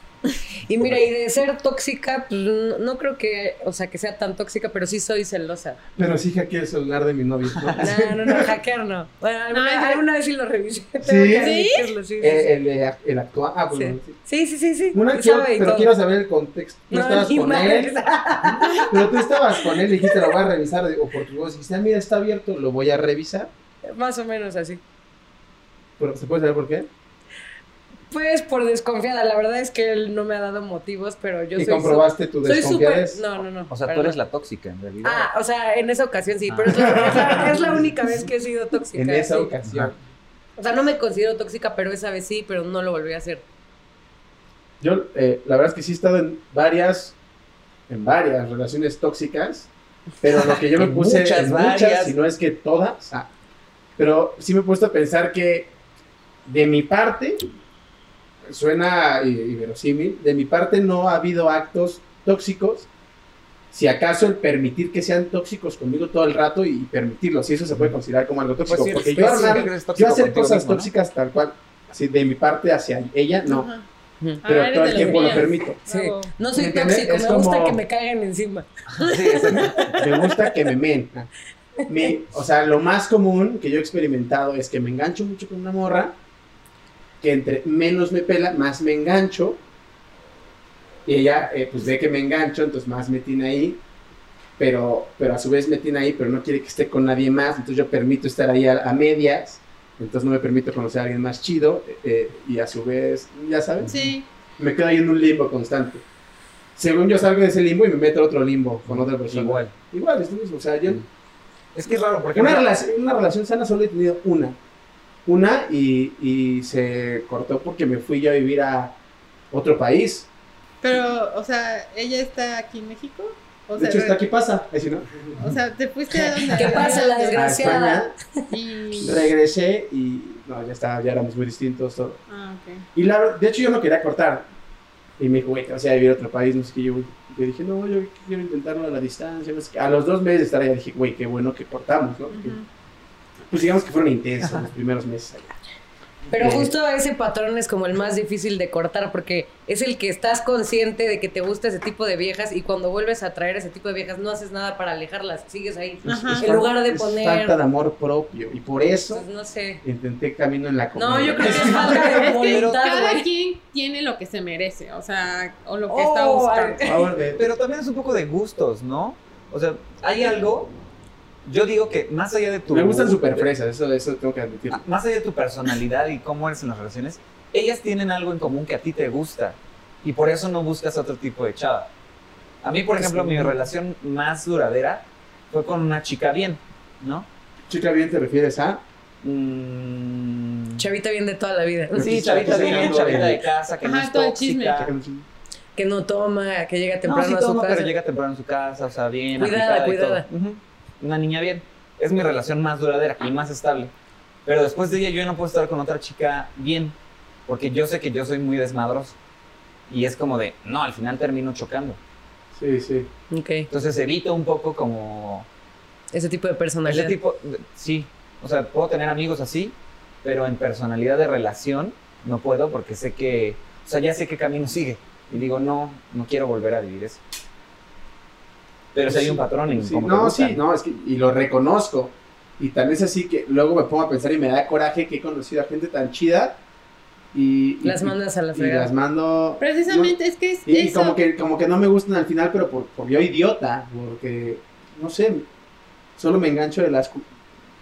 Speaker 2: Y mira, y de ser tóxica, pues, no, no creo que, o sea, que sea tan tóxica, pero sí soy celosa.
Speaker 1: Pero sí hackeé el celular de mi novio. ¿no?
Speaker 2: No, no, no, hackear no. Bueno, alguna,
Speaker 3: Ay,
Speaker 2: alguna vez sí lo revisé. Tengo
Speaker 1: ¿Sí?
Speaker 2: que admitirlo, sí, sí,
Speaker 1: Eh, el, eh, el actual. Ah, pues
Speaker 2: Sí.
Speaker 1: no, sí.
Speaker 2: sí, sí, sí, sí.
Speaker 1: Una
Speaker 2: Sabe
Speaker 1: quiero-
Speaker 2: y
Speaker 1: pero
Speaker 2: todo.
Speaker 1: quiero saber el contexto. Tú estabas
Speaker 2: ni
Speaker 1: con
Speaker 2: madres.
Speaker 1: él, pero tú estabas con él y dijiste, lo voy a revisar. O por tu voz dijiste, ah, mira, está abierto, lo voy a revisar.
Speaker 2: Más o menos así.
Speaker 1: Pero, ¿Se puede saber por qué?
Speaker 2: Pues por desconfiada, la verdad es que él no me ha dado motivos, pero yo
Speaker 1: y
Speaker 2: soy
Speaker 1: comprobaste tu
Speaker 2: su- soy súper.
Speaker 1: desconfianza.
Speaker 2: No, no, no.
Speaker 4: O sea,
Speaker 2: para
Speaker 4: tú eres
Speaker 2: nada.
Speaker 4: la tóxica en realidad.
Speaker 2: Ah, o sea, en esa ocasión sí,
Speaker 4: Ah.
Speaker 2: pero es la, es la- es la única vez que he sido tóxica.
Speaker 1: En esa
Speaker 2: sí.
Speaker 1: ocasión.
Speaker 4: Ajá.
Speaker 2: O sea, no me considero tóxica, pero esa vez sí, pero no lo volví a hacer.
Speaker 1: Yo, eh, la verdad es que sí he estado en varias, en varias relaciones tóxicas, pero lo que yo me
Speaker 4: En
Speaker 1: puse
Speaker 4: muchas,
Speaker 1: en muchas,
Speaker 4: varias.
Speaker 1: si no es que todas, ah, pero sí me he puesto a pensar que de mi parte, suena i- iverosímil, de mi parte no ha habido actos tóxicos, si acaso el permitir que sean tóxicos conmigo todo el rato y permitirlo, si eso se puede considerar como algo tóxico,
Speaker 4: Pues sí,
Speaker 1: porque
Speaker 4: pues
Speaker 1: yo,
Speaker 4: sí,
Speaker 1: armar-
Speaker 4: que eres
Speaker 1: yo
Speaker 4: tóxico
Speaker 1: hacer
Speaker 4: contigo
Speaker 1: cosas
Speaker 4: mismo, ¿no?
Speaker 1: tóxicas tal cual, así de mi parte hacia ella, no
Speaker 3: Ajá.
Speaker 2: Ujú.
Speaker 1: pero
Speaker 3: Ah, eres
Speaker 1: todo el
Speaker 3: de los
Speaker 1: tiempo lo
Speaker 3: míos.
Speaker 1: permito.
Speaker 2: Sí.
Speaker 3: Bravo.
Speaker 2: No soy
Speaker 1: ¿Me entiendes?
Speaker 2: tóxico,
Speaker 1: Es
Speaker 2: me gusta
Speaker 1: como-
Speaker 2: que me caigan encima.
Speaker 4: Sí, exacto.
Speaker 1: Me gusta que me men.
Speaker 3: Ah.
Speaker 1: Me- o sea, lo más común que yo he experimentado es que me engancho mucho con una morra, que entre menos me pela, más me engancho. Y ella, eh, pues ve que me engancho, entonces más me tiene ahí. Pero, pero a su vez me tiene ahí, pero no quiere que esté con nadie más. Entonces yo permito estar ahí a, a medias. Entonces no me permito conocer a alguien más chido. eh, eh, y a su vez, ya sabes.
Speaker 3: Sí.
Speaker 1: me quedo ahí en un limbo constante. Según yo salgo de ese limbo y me meto a otro limbo con otra persona.
Speaker 4: Igual.
Speaker 1: Igual, es lo mismo. O sea, yo.
Speaker 4: Mm. Es que es raro, porque
Speaker 1: Una relación, una relación sana solo he tenido una. Una y, y se cortó porque me fui yo a vivir a otro país.
Speaker 3: Pero, o sea, ella está aquí en México. O
Speaker 1: de
Speaker 3: sea,
Speaker 1: hecho, está
Speaker 3: re-
Speaker 1: aquí pasa. Ahí sí, ¿no?
Speaker 3: O sea, te fuiste a donde.
Speaker 2: ¿Qué pasa, la desgraciada?
Speaker 3: Y...
Speaker 1: Regresé y no, ya estaba, ya éramos muy distintos. todo.
Speaker 3: Ah, ok.
Speaker 1: Y la verdad, de hecho yo no quería cortar. Y me dijo, güey, te vas a ir a vivir a otro país, no sé qué. Yo, yo dije, no, yo quiero intentarlo a la distancia, no sé qué. A los dos meses de estar allá dije, güey, qué bueno que cortamos, ¿no? Porque,
Speaker 3: Ujú.
Speaker 1: Pues digamos que fueron intensos los primeros meses allá.
Speaker 2: Pero
Speaker 1: Sí.
Speaker 2: justo ese patrón es como el más difícil de cortar porque es el que estás consciente de que te gusta ese tipo de viejas y cuando vuelves a traer ese tipo de viejas no haces nada para alejarlas, sigues ahí.
Speaker 1: Es-
Speaker 3: Ajá.
Speaker 1: es
Speaker 2: En lugar de
Speaker 1: es
Speaker 2: poner-
Speaker 1: falta de amor propio. Y por eso
Speaker 2: Entonces, no sé.
Speaker 1: intenté camino en la comida.
Speaker 2: No, yo creo que es falta de
Speaker 3: Es que
Speaker 2: voluntad,
Speaker 3: cada
Speaker 2: güey.
Speaker 3: quien tiene lo que se merece, o sea, o lo que
Speaker 2: Oh,
Speaker 3: está buscando.
Speaker 1: Por favor, de-
Speaker 4: Pero también es un poco de gustos, ¿no? O sea, hay algo. Yo digo que más allá de tu. Ah,
Speaker 1: Me gustan super fresas, eso, eso tengo que admitirlo.
Speaker 4: Más allá de tu personalidad y cómo eres en las relaciones, ellas tienen algo en común que a ti te gusta. Y por eso no buscas otro tipo de chava. A mí, por ejemplo, mi relación más duradera fue con una chica bien, ¿no?
Speaker 1: Chica bien, ¿te refieres a?
Speaker 4: Mm,
Speaker 2: Chavita bien de toda la vida.
Speaker 4: Sí, chavita bien, chavita de casa, que no
Speaker 3: Ajá,
Speaker 4: es
Speaker 3: todo el chisme.
Speaker 1: Ah.
Speaker 4: tóxica.
Speaker 2: Que no toma, que llega
Speaker 4: No,
Speaker 2: temprano
Speaker 4: sí
Speaker 2: a su
Speaker 4: toma,
Speaker 2: casa.
Speaker 4: pero llega temprano a su casa, o sea, bien.
Speaker 2: Cuidada,
Speaker 4: aplicada y
Speaker 2: cuidada.
Speaker 4: todo. Ujú. Una niña bien. Es mi relación más duradera y más estable. Pero después de ella yo no puedo estar con otra chica bien, porque yo sé que yo soy muy desmadroso. Y es como de, no, al final termino chocando.
Speaker 1: Sí, sí.
Speaker 2: Ok,
Speaker 4: Entonces evito un poco como
Speaker 2: ese tipo de
Speaker 4: ese
Speaker 2: personalidad.
Speaker 4: tipo, de- sí, o sea, puedo tener amigos así, pero en personalidad de relación no puedo porque sé que, o sea, ya sé qué camino sigue. Y digo, no, no quiero volver a vivir eso. Pero si hay un patrón en
Speaker 1: Sí,
Speaker 4: cómo te
Speaker 1: no,
Speaker 4: gustan.
Speaker 1: sí, no, es que, y lo reconozco. Y tal vez así que luego me pongo a pensar y me da coraje que he conocido a gente tan chida y. y-
Speaker 2: Las mandas a
Speaker 1: y
Speaker 2: la
Speaker 1: las
Speaker 2: fregada.
Speaker 1: mando.
Speaker 3: Precisamente es que es
Speaker 1: no, y y
Speaker 3: eso.
Speaker 1: como, que, como que no me gustan al final, pero por, por yo idiota, porque. No sé, solo me engancho de las. cu-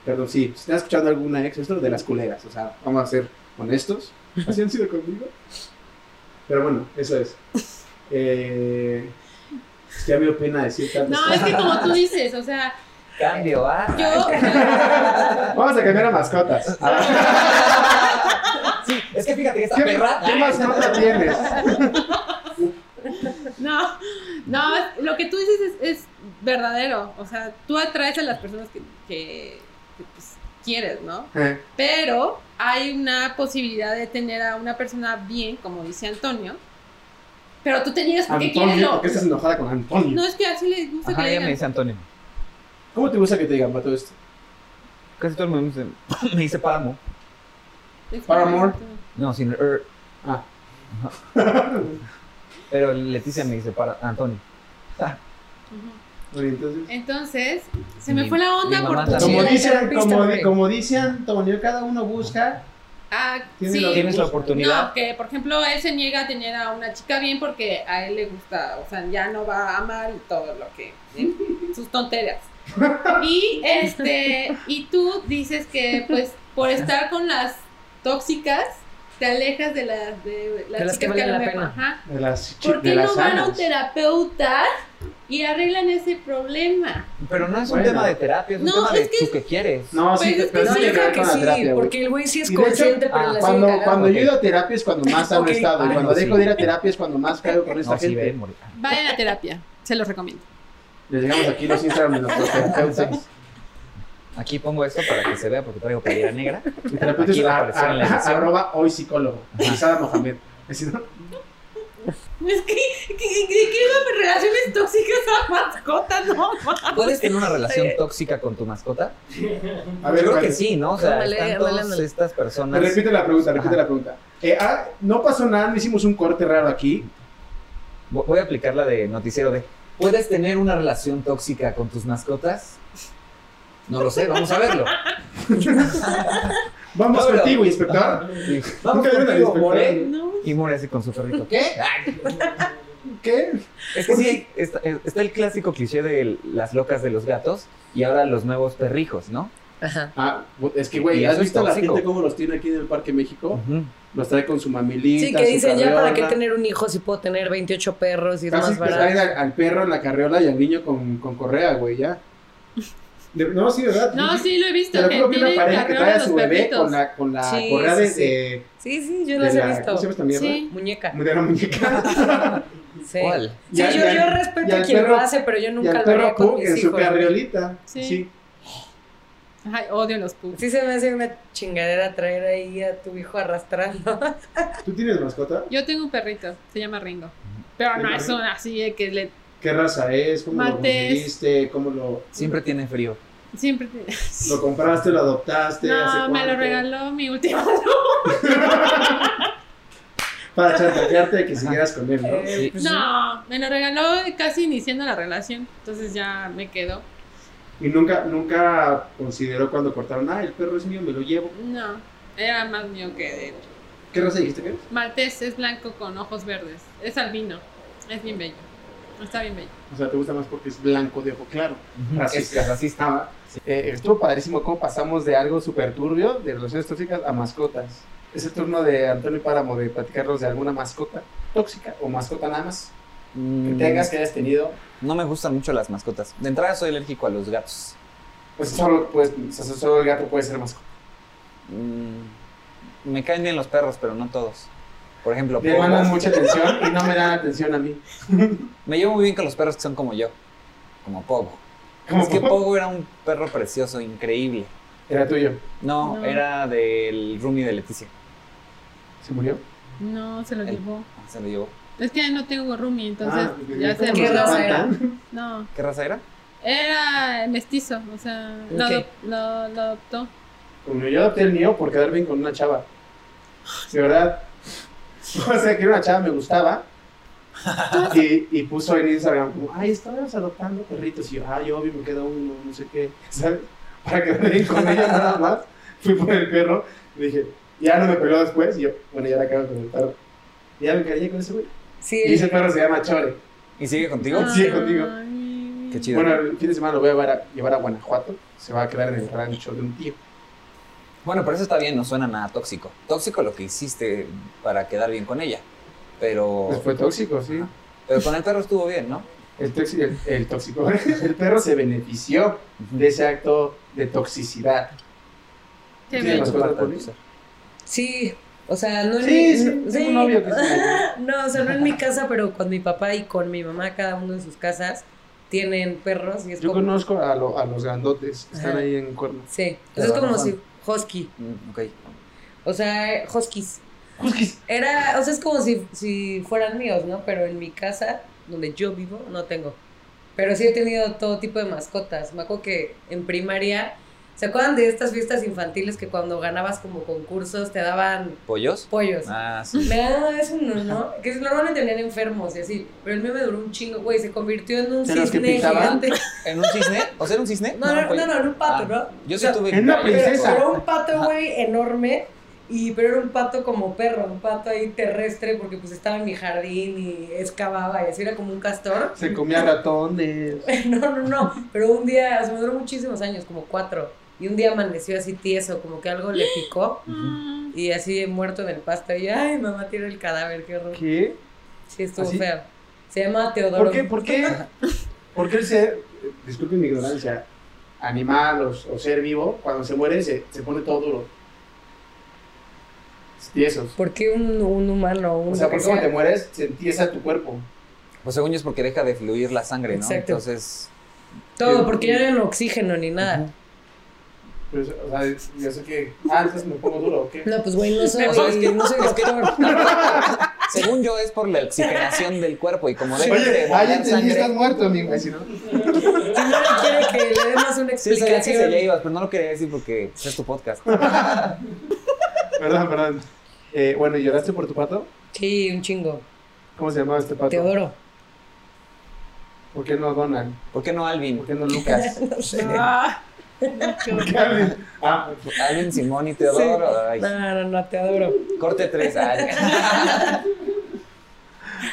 Speaker 1: Perdón, sí, si están escuchando alguna ex, esto de las culeras, o sea, vamos a ser honestos. Así han sido conmigo. Pero bueno, eso es. Eh, es que ya me dio pena decir tantas
Speaker 3: No,
Speaker 1: cosas.
Speaker 3: es que como tú dices, o sea,
Speaker 4: Cambio, ah.
Speaker 3: yo.
Speaker 1: Vamos a cambiar a mascotas.
Speaker 4: Sí, es que fíjate que esta
Speaker 1: ¿Qué,
Speaker 4: perra.
Speaker 1: qué mascota tienes?
Speaker 3: No, no, es- lo que tú dices es, es verdadero. O sea, tú atraes a las personas que, que, que, pues, quieres, ¿no?
Speaker 1: Eh,
Speaker 3: Pero hay una posibilidad de tener a una persona bien, como dice Antonio. Pero tú tenías porque quieres
Speaker 1: Antonio,
Speaker 3: lo.
Speaker 1: ¿por qué estás enojada con Antonio?
Speaker 3: No es que así les gusta que
Speaker 4: Ajá,
Speaker 3: le
Speaker 4: ella me
Speaker 3: digan.
Speaker 4: dice Antonio.
Speaker 1: ¿Cómo te gusta que te digan para todo esto?
Speaker 4: Casi todo el mundo me dice, me dice páramo.
Speaker 3: Es
Speaker 1: Paramore.
Speaker 4: No, sin er.
Speaker 1: Ah.
Speaker 4: Pero Leticia me dice para Antonio.
Speaker 3: Ujú.
Speaker 1: Bueno, entonces,
Speaker 3: Entonces, se me
Speaker 4: Mi-
Speaker 3: fue la onda
Speaker 4: mi
Speaker 3: por
Speaker 4: mamá
Speaker 3: tu
Speaker 4: también.
Speaker 1: como,
Speaker 4: el
Speaker 1: dicen,
Speaker 2: terapista,
Speaker 1: como,
Speaker 2: güey.
Speaker 1: como dice Antonio, cada uno busca.
Speaker 3: Ah,
Speaker 1: Tiene
Speaker 3: sí.
Speaker 1: lo que
Speaker 4: Tienes la
Speaker 1: gusta.
Speaker 4: oportunidad.
Speaker 3: No, que por ejemplo él se niega a tener a una chica bien porque a él le gusta, o sea, ya no va a amar y todo lo que ¿eh? sus tonterías. Y este, y tú dices que pues por estar con las tóxicas te alejas de las de las,
Speaker 2: De las que
Speaker 3: chicas
Speaker 2: valen
Speaker 3: a lo
Speaker 2: la pena.
Speaker 3: mejor- ajá.
Speaker 1: De las, chi-
Speaker 3: ¿Por
Speaker 1: de
Speaker 3: qué
Speaker 1: las
Speaker 3: no van a un
Speaker 1: sanas.
Speaker 3: terapeuta y arreglan ese problema?
Speaker 4: Pero no es un
Speaker 1: Bueno.
Speaker 4: tema de terapia, es un
Speaker 3: No,
Speaker 4: tema de
Speaker 3: es que-
Speaker 4: tú que quieres.
Speaker 1: No, sí,
Speaker 3: Pues es
Speaker 1: pero
Speaker 3: que
Speaker 2: No,
Speaker 1: sí
Speaker 3: sí,
Speaker 1: tiene que
Speaker 2: yo creo
Speaker 1: ver
Speaker 2: que
Speaker 1: con la
Speaker 2: sí,
Speaker 1: terapia, güey.
Speaker 2: porque el güey sí es
Speaker 1: Y de hecho,
Speaker 2: consciente, pero
Speaker 4: ah,
Speaker 2: la
Speaker 1: Cuando,
Speaker 2: sigue cagando.
Speaker 1: cuando yo he
Speaker 4: ok.
Speaker 1: ido a terapia es cuando más sano
Speaker 2: Ok.
Speaker 1: he estado.
Speaker 4: Ah,
Speaker 1: y cuando
Speaker 4: no,
Speaker 1: dejo
Speaker 4: sí.
Speaker 1: de ir a terapia es cuando más caigo con esta
Speaker 4: No, sí, ve,
Speaker 1: gente.
Speaker 4: morir.
Speaker 3: Vayan a terapia, se los recomiendo.
Speaker 1: Les dejamos aquí los Instagram de nuestros terapeutas.
Speaker 4: Aquí pongo esto para que se vea porque traigo playera negra.
Speaker 1: Mi terapeuta es
Speaker 4: Aquí va a
Speaker 1: ar-
Speaker 4: aparecer en la
Speaker 1: ar-
Speaker 4: edición.
Speaker 1: arroba hoy psicólogo. Isada Mohamed. Así, ¿no?
Speaker 3: Es que, que, que, que relaciones tóxicas a mascotas, no
Speaker 4: ¿Puedes tener una relación tóxica con tu mascota?
Speaker 1: A ver,
Speaker 4: Yo creo
Speaker 1: ¿cuál
Speaker 4: que
Speaker 1: es?
Speaker 4: sí, ¿no? O sea,
Speaker 2: Ándale,
Speaker 4: están
Speaker 2: ándale,
Speaker 4: todas
Speaker 2: ándale.
Speaker 4: estas
Speaker 1: Me
Speaker 4: personas.
Speaker 1: repite la pregunta, repite
Speaker 4: Ajá.
Speaker 1: la pregunta. Eh, ah, no pasó nada, no hicimos un corte raro aquí.
Speaker 4: Vo- Voy a aplicar la de noticiero de. ¿Puedes tener una relación tóxica con tus mascotas? No lo sé, vamos a verlo.
Speaker 1: Vamos
Speaker 4: Pablo.
Speaker 1: contigo, inspector.
Speaker 4: Vamos
Speaker 1: Nunca vieron al
Speaker 4: contigo,
Speaker 1: inspector.
Speaker 4: More.
Speaker 3: No.
Speaker 4: Y More así con su perrito. ¿Qué?
Speaker 1: ¿Qué?
Speaker 4: Es que sí, está, está el clásico cliché de las locas de los gatos y ahora los nuevos perrijos, ¿no?
Speaker 2: Ajá.
Speaker 1: Ah, es que,
Speaker 4: Y
Speaker 1: güey, ¿has
Speaker 4: eso es
Speaker 1: visto a la
Speaker 4: tóxico.
Speaker 1: gente cómo los tiene aquí en el Parque México?
Speaker 4: Ujú.
Speaker 1: Los trae con su mamilita,
Speaker 2: Sí, que
Speaker 1: su
Speaker 2: dicen ya para qué
Speaker 1: carriola.
Speaker 2: tener un hijo si puedo tener 28 perros y es
Speaker 1: Casi
Speaker 2: más
Speaker 1: que traen
Speaker 2: barato.
Speaker 1: al, al perro en la carriola y al niño con, con correa, güey, ya. De- no, sí, ¿verdad?
Speaker 3: No, sí lo he visto.
Speaker 1: Te lo
Speaker 3: que
Speaker 1: juro que una
Speaker 3: tienen
Speaker 1: pareja que
Speaker 3: carriola
Speaker 1: trae a
Speaker 3: los
Speaker 1: su bebé
Speaker 3: perritos.
Speaker 1: con la, con la
Speaker 2: Sí,
Speaker 1: correa
Speaker 2: sí,
Speaker 1: de,
Speaker 2: sí.
Speaker 1: de,
Speaker 2: Sí, sí, yo
Speaker 1: de
Speaker 2: las he
Speaker 1: la, ¿cómo se
Speaker 2: visto.
Speaker 1: llama esta mierda?
Speaker 3: Sí.
Speaker 2: Muñeca.
Speaker 1: De la muñeca.
Speaker 2: Sí.
Speaker 4: ¿Cuál?
Speaker 2: Sí,
Speaker 1: Y al-
Speaker 2: yo,
Speaker 1: y al-
Speaker 2: yo
Speaker 1: y
Speaker 2: respeto a
Speaker 1: al
Speaker 2: quien
Speaker 1: perro-
Speaker 2: lo hace, pero yo
Speaker 1: y
Speaker 2: nunca
Speaker 1: al
Speaker 2: lo haría
Speaker 1: perro
Speaker 2: con
Speaker 1: Cook en
Speaker 2: mis
Speaker 1: su
Speaker 2: hijos.
Speaker 1: carriolita.
Speaker 3: Sí.
Speaker 1: sí.
Speaker 3: Ay, odio los pugs.
Speaker 2: Sí se me hace una chingadera traer ahí a tu hijo arrastrando.
Speaker 1: ¿Tú tienes mascota?
Speaker 3: Yo tengo un perrito, se llama Ringo. Pero no es un así de que le
Speaker 1: ¿Qué raza es? ¿Cómo lo
Speaker 3: Mates.
Speaker 1: conseguiste? ¿Cómo lo,
Speaker 4: Siempre tiene frío.
Speaker 3: siempre te-
Speaker 1: lo compraste? ¿Lo adoptaste? ¿Hace
Speaker 3: No, me
Speaker 1: cuánto?
Speaker 3: lo regaló mi último.
Speaker 1: Para chantajearte de que siguieras con él, ¿no?
Speaker 2: Eh, pues,
Speaker 3: No, me lo regaló casi iniciando la relación. Entonces ya me quedó.
Speaker 1: Y nunca, nunca consideró cuando cortaron, ah, el perro es mío, me lo llevo.
Speaker 3: No, era más mío que de él.
Speaker 1: ¿Qué raza dijiste que es?
Speaker 3: Maltés es blanco con ojos verdes. Es albino. Es bien bello. Está bien bello.
Speaker 1: O sea, te gusta más porque es blanco de ojo claro.
Speaker 4: Racista, racista.
Speaker 1: Ah, eh, estuvo padrísimo cómo pasamos de algo súper turbio, de relaciones tóxicas, a mascotas. Es el turno de Antonio Páramo de platicarnos de alguna mascota tóxica o mascota nada más que
Speaker 4: Mm,
Speaker 1: tengas, que hayas tenido.
Speaker 4: No me gustan mucho las mascotas. De entrada soy alérgico a los gatos.
Speaker 1: Pues solo, pues, o sea, solo el gato puede ser mascota.
Speaker 4: Mm, Me caen bien los perros, pero no todos. Por ejemplo,
Speaker 1: Le mandan
Speaker 4: pocos.
Speaker 1: mucha atención y no me dan atención a mí.
Speaker 4: me llevo muy bien con los perros que son como yo, como Pogo.
Speaker 1: ¿Cómo?
Speaker 4: Es que Pogo era un perro precioso, increíble.
Speaker 1: Era tuyo.
Speaker 4: No,
Speaker 3: No.
Speaker 4: era del roomie de Leticia.
Speaker 1: ¿Se murió?
Speaker 3: No, se lo
Speaker 4: El-
Speaker 3: llevó.
Speaker 4: Ah, Se lo llevó.
Speaker 3: Es que no tengo roomie, entonces
Speaker 1: Ah,
Speaker 3: ya se
Speaker 1: ¿cómo
Speaker 2: ¿Qué
Speaker 1: se
Speaker 2: raza
Speaker 3: mudó.
Speaker 2: era?
Speaker 1: espantan?
Speaker 3: No,
Speaker 4: ¿Qué raza era?
Speaker 3: era mestizo, o sea, lo,
Speaker 2: Ok.
Speaker 3: adop- lo- lo adoptó.
Speaker 1: Bueno, yo adopté el mío por quedar bien con una chava. De verdad. O sea, que una chava me gustaba. Y, y puso en Instagram como, ay, estábamos adoptando perritos. Y yo, ah, yo obvio me queda uno, no sé qué. ¿Sabes? Para quedar bien con ella nada más. Fui por el perro. Y dije, ya no me peló después. Y yo, bueno, ya la acabo con el perro. Y ya me encariñé con ese güey.
Speaker 2: sí,
Speaker 1: Y ese perro se llama Chore.
Speaker 4: ¿Y sigue contigo?
Speaker 3: Ah.
Speaker 1: Sí, contigo.
Speaker 3: Ay,
Speaker 4: Qué chido.
Speaker 1: Bueno, el fin de semana lo voy a llevar a, llevar a Guanajuato. Se va a quedar en el rancho de un tío.
Speaker 4: Bueno, pero eso está bien, no suena nada tóxico. Tóxico lo que hiciste para quedar bien con ella. Pero,
Speaker 1: Pues fue tóxico, sí.
Speaker 4: pero con el perro estuvo bien, ¿no?
Speaker 1: El, tóxico, el, el tóxico, el perro se benefició de ese acto de toxicidad.
Speaker 3: Qué
Speaker 1: Sí,
Speaker 3: bello.
Speaker 1: las cosas bonitas.
Speaker 2: sí. O sea, no en mi-
Speaker 1: Sí, sí, tengo un novio que se-
Speaker 2: No, o sea, no en mi casa, pero con mi papá y con mi mamá, cada uno en sus casas, tienen perros y es
Speaker 1: Yo
Speaker 2: como...
Speaker 1: conozco a, lo- a los grandotes, están
Speaker 2: Ajá.
Speaker 1: ahí en cuerno.
Speaker 2: Sí,
Speaker 4: Pero
Speaker 2: eso es como
Speaker 4: no
Speaker 2: si... Husky.
Speaker 4: Mm, ok.
Speaker 2: O sea, huskies.
Speaker 1: Pues
Speaker 2: Era, o sea, es como si, si fueran míos, ¿no? Pero en mi casa, donde yo vivo, no tengo. Pero sí he tenido todo tipo de mascotas. Me acuerdo que en primaria, ¿se acuerdan de estas fiestas infantiles que cuando ganabas como concursos te daban
Speaker 4: ¿Pollos?
Speaker 2: pollos?
Speaker 4: Ah, sí.
Speaker 2: Me daban una vez uno, ¿no? Que normalmente tenían enfermos y así. Pero el mío me duró un chingo, güey. Se convirtió en un
Speaker 1: ¿De los que
Speaker 2: cisne
Speaker 1: picaban?
Speaker 2: gigante.
Speaker 4: ¿En un cisne? ¿O sea, era un cisne?
Speaker 2: No, no,
Speaker 4: un pollo.
Speaker 2: no, no, era un pato,
Speaker 4: Ah,
Speaker 2: ¿no?
Speaker 4: Yo sí
Speaker 2: No,
Speaker 4: tuve.
Speaker 1: era una princesa.
Speaker 2: Pero un pato, güey, enorme. Y, pero era un pato como perro, un pato ahí terrestre, porque pues estaba en mi jardín y excavaba y así era como un castor.
Speaker 1: Se comía ratones.
Speaker 2: No, no, no. Pero un día, o sea, me duró muchísimos años, como cuatro. Y un día amaneció así tieso, como que algo le picó.
Speaker 3: Mm,
Speaker 2: Y así muerto en el pasto. Y yo, ay, mamá, tira el cadáver, qué horror.
Speaker 1: ¿Qué?
Speaker 2: Sí, estuvo
Speaker 1: ¿Así?
Speaker 2: feo. Se llama Teodoro.
Speaker 1: ¿Por qué? ¿Por qué? ¿Por qué el ser, eh, disculpen mi ignorancia, animal o, o ser vivo, cuando se muere se, se pone todo duro? Tiesos.
Speaker 2: ¿Por qué un, un humano? Un
Speaker 1: O sea,
Speaker 2: lo que
Speaker 1: porque cuando
Speaker 2: sea?
Speaker 1: te mueres se empieza tu cuerpo.
Speaker 4: Pues según yo es porque deja de fluir la sangre, ¿no?
Speaker 2: Exacto.
Speaker 4: Entonces.
Speaker 2: Todo, porque ya no hay oxígeno ni nada.
Speaker 1: Pero, o sea, yo sé que, ah, entonces me pongo duro, ¿o qué?
Speaker 2: No, pues güey, no soy,
Speaker 4: O sea, es que-
Speaker 2: no soy
Speaker 4: es que-
Speaker 2: doctor.
Speaker 4: Según yo es por la oxigenación del cuerpo y como deja de
Speaker 1: Oye, ahí
Speaker 4: botar
Speaker 1: entendí, estás
Speaker 4: sangre.
Speaker 1: muerto, mi güey. Si no,
Speaker 2: Si no le quiere que le demos una
Speaker 4: Sí, sabía que se
Speaker 2: explicación.
Speaker 4: le ibas, pero no lo quería decir porque pues, es tu podcast.
Speaker 1: Perdón, perdón. Eh, bueno, ¿y ¿lloraste por tu pato?
Speaker 2: Sí, un chingo.
Speaker 1: ¿Cómo se llamaba este pato?
Speaker 2: Teodoro.
Speaker 1: ¿Por qué no Donald?
Speaker 4: ¿Por qué no Alvin?
Speaker 1: ¿Por qué no Lucas?
Speaker 2: No sé.
Speaker 3: ah,
Speaker 1: ¿Por qué Alvin? Ah,
Speaker 4: Alvin, Simón y Teodoro. ay,
Speaker 2: No, no, no, Teodoro.
Speaker 4: corte tres. ay.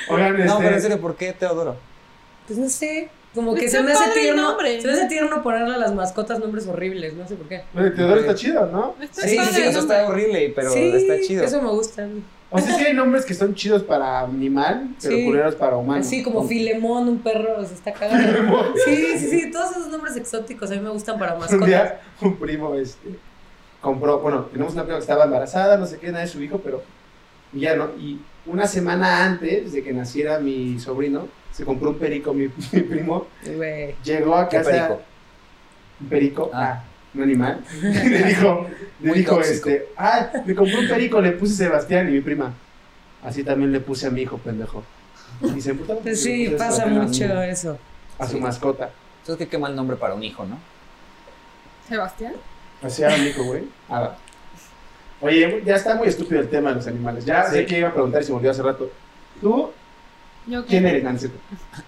Speaker 1: oigan,
Speaker 4: No, pero en
Speaker 1: este...
Speaker 4: serio, ¿por qué Teodoro?
Speaker 2: Pues no sé. Como que
Speaker 3: Está
Speaker 2: se me hace
Speaker 3: padre el
Speaker 2: tierno.
Speaker 3: nombre.
Speaker 2: Se me hace tierno ponerle a las mascotas nombres horribles, no sé por qué.
Speaker 1: Oye, Teodoro está chido, ¿no?
Speaker 3: está
Speaker 4: Sí, sí,
Speaker 3: padre
Speaker 4: sí,
Speaker 3: el
Speaker 4: o sea,
Speaker 3: nombre.
Speaker 4: está horrible, pero
Speaker 2: Sí,
Speaker 4: está chido.
Speaker 2: Eso me gusta.
Speaker 1: O sea, es que hay nombres que son chidos para animal, pero
Speaker 2: Sí.
Speaker 1: culeros para humano.
Speaker 2: Así como
Speaker 1: Con-
Speaker 2: Filemón, un perro, se está cagando. Sí, sí, sí. Todos esos nombres exóticos a mí me gustan para
Speaker 1: Un
Speaker 2: mascotas.
Speaker 1: día, un primo, este, compró, bueno, tenemos una prima que estaba embarazada, no sé qué, nada de su hijo, pero
Speaker 5: Y ya, ¿no? Y una semana antes de que naciera mi sobrino, se compró un perico, mi, mi primo,
Speaker 2: Güey.
Speaker 5: llegó a
Speaker 4: ¿Qué
Speaker 5: casa.
Speaker 4: perico?
Speaker 5: Un perico,
Speaker 4: Ah.
Speaker 5: ah, un animal. Y le dijo, le
Speaker 4: Muy
Speaker 5: dijo
Speaker 4: tóxico.
Speaker 5: este, ah, me compré un perico, le puse Sebastián y mi prima. Así también le puse a mi hijo, pendejo. Y se emputó.
Speaker 2: Pues sí,
Speaker 5: Entonces,
Speaker 2: pasa
Speaker 5: a la-
Speaker 2: mucho eso.
Speaker 5: A su mascota.
Speaker 4: Entonces, qué, qué mal nombre para un hijo, ¿no?
Speaker 3: Sebastián.
Speaker 5: Así era mi hijo, güey. Ah, Oye, ya está muy estúpido el tema de los animales. Ya
Speaker 4: Sí.
Speaker 5: sé que iba a preguntar y se me olvidó hace rato. ¿Tú
Speaker 3: Yo qué?
Speaker 5: quién eres, Nancy?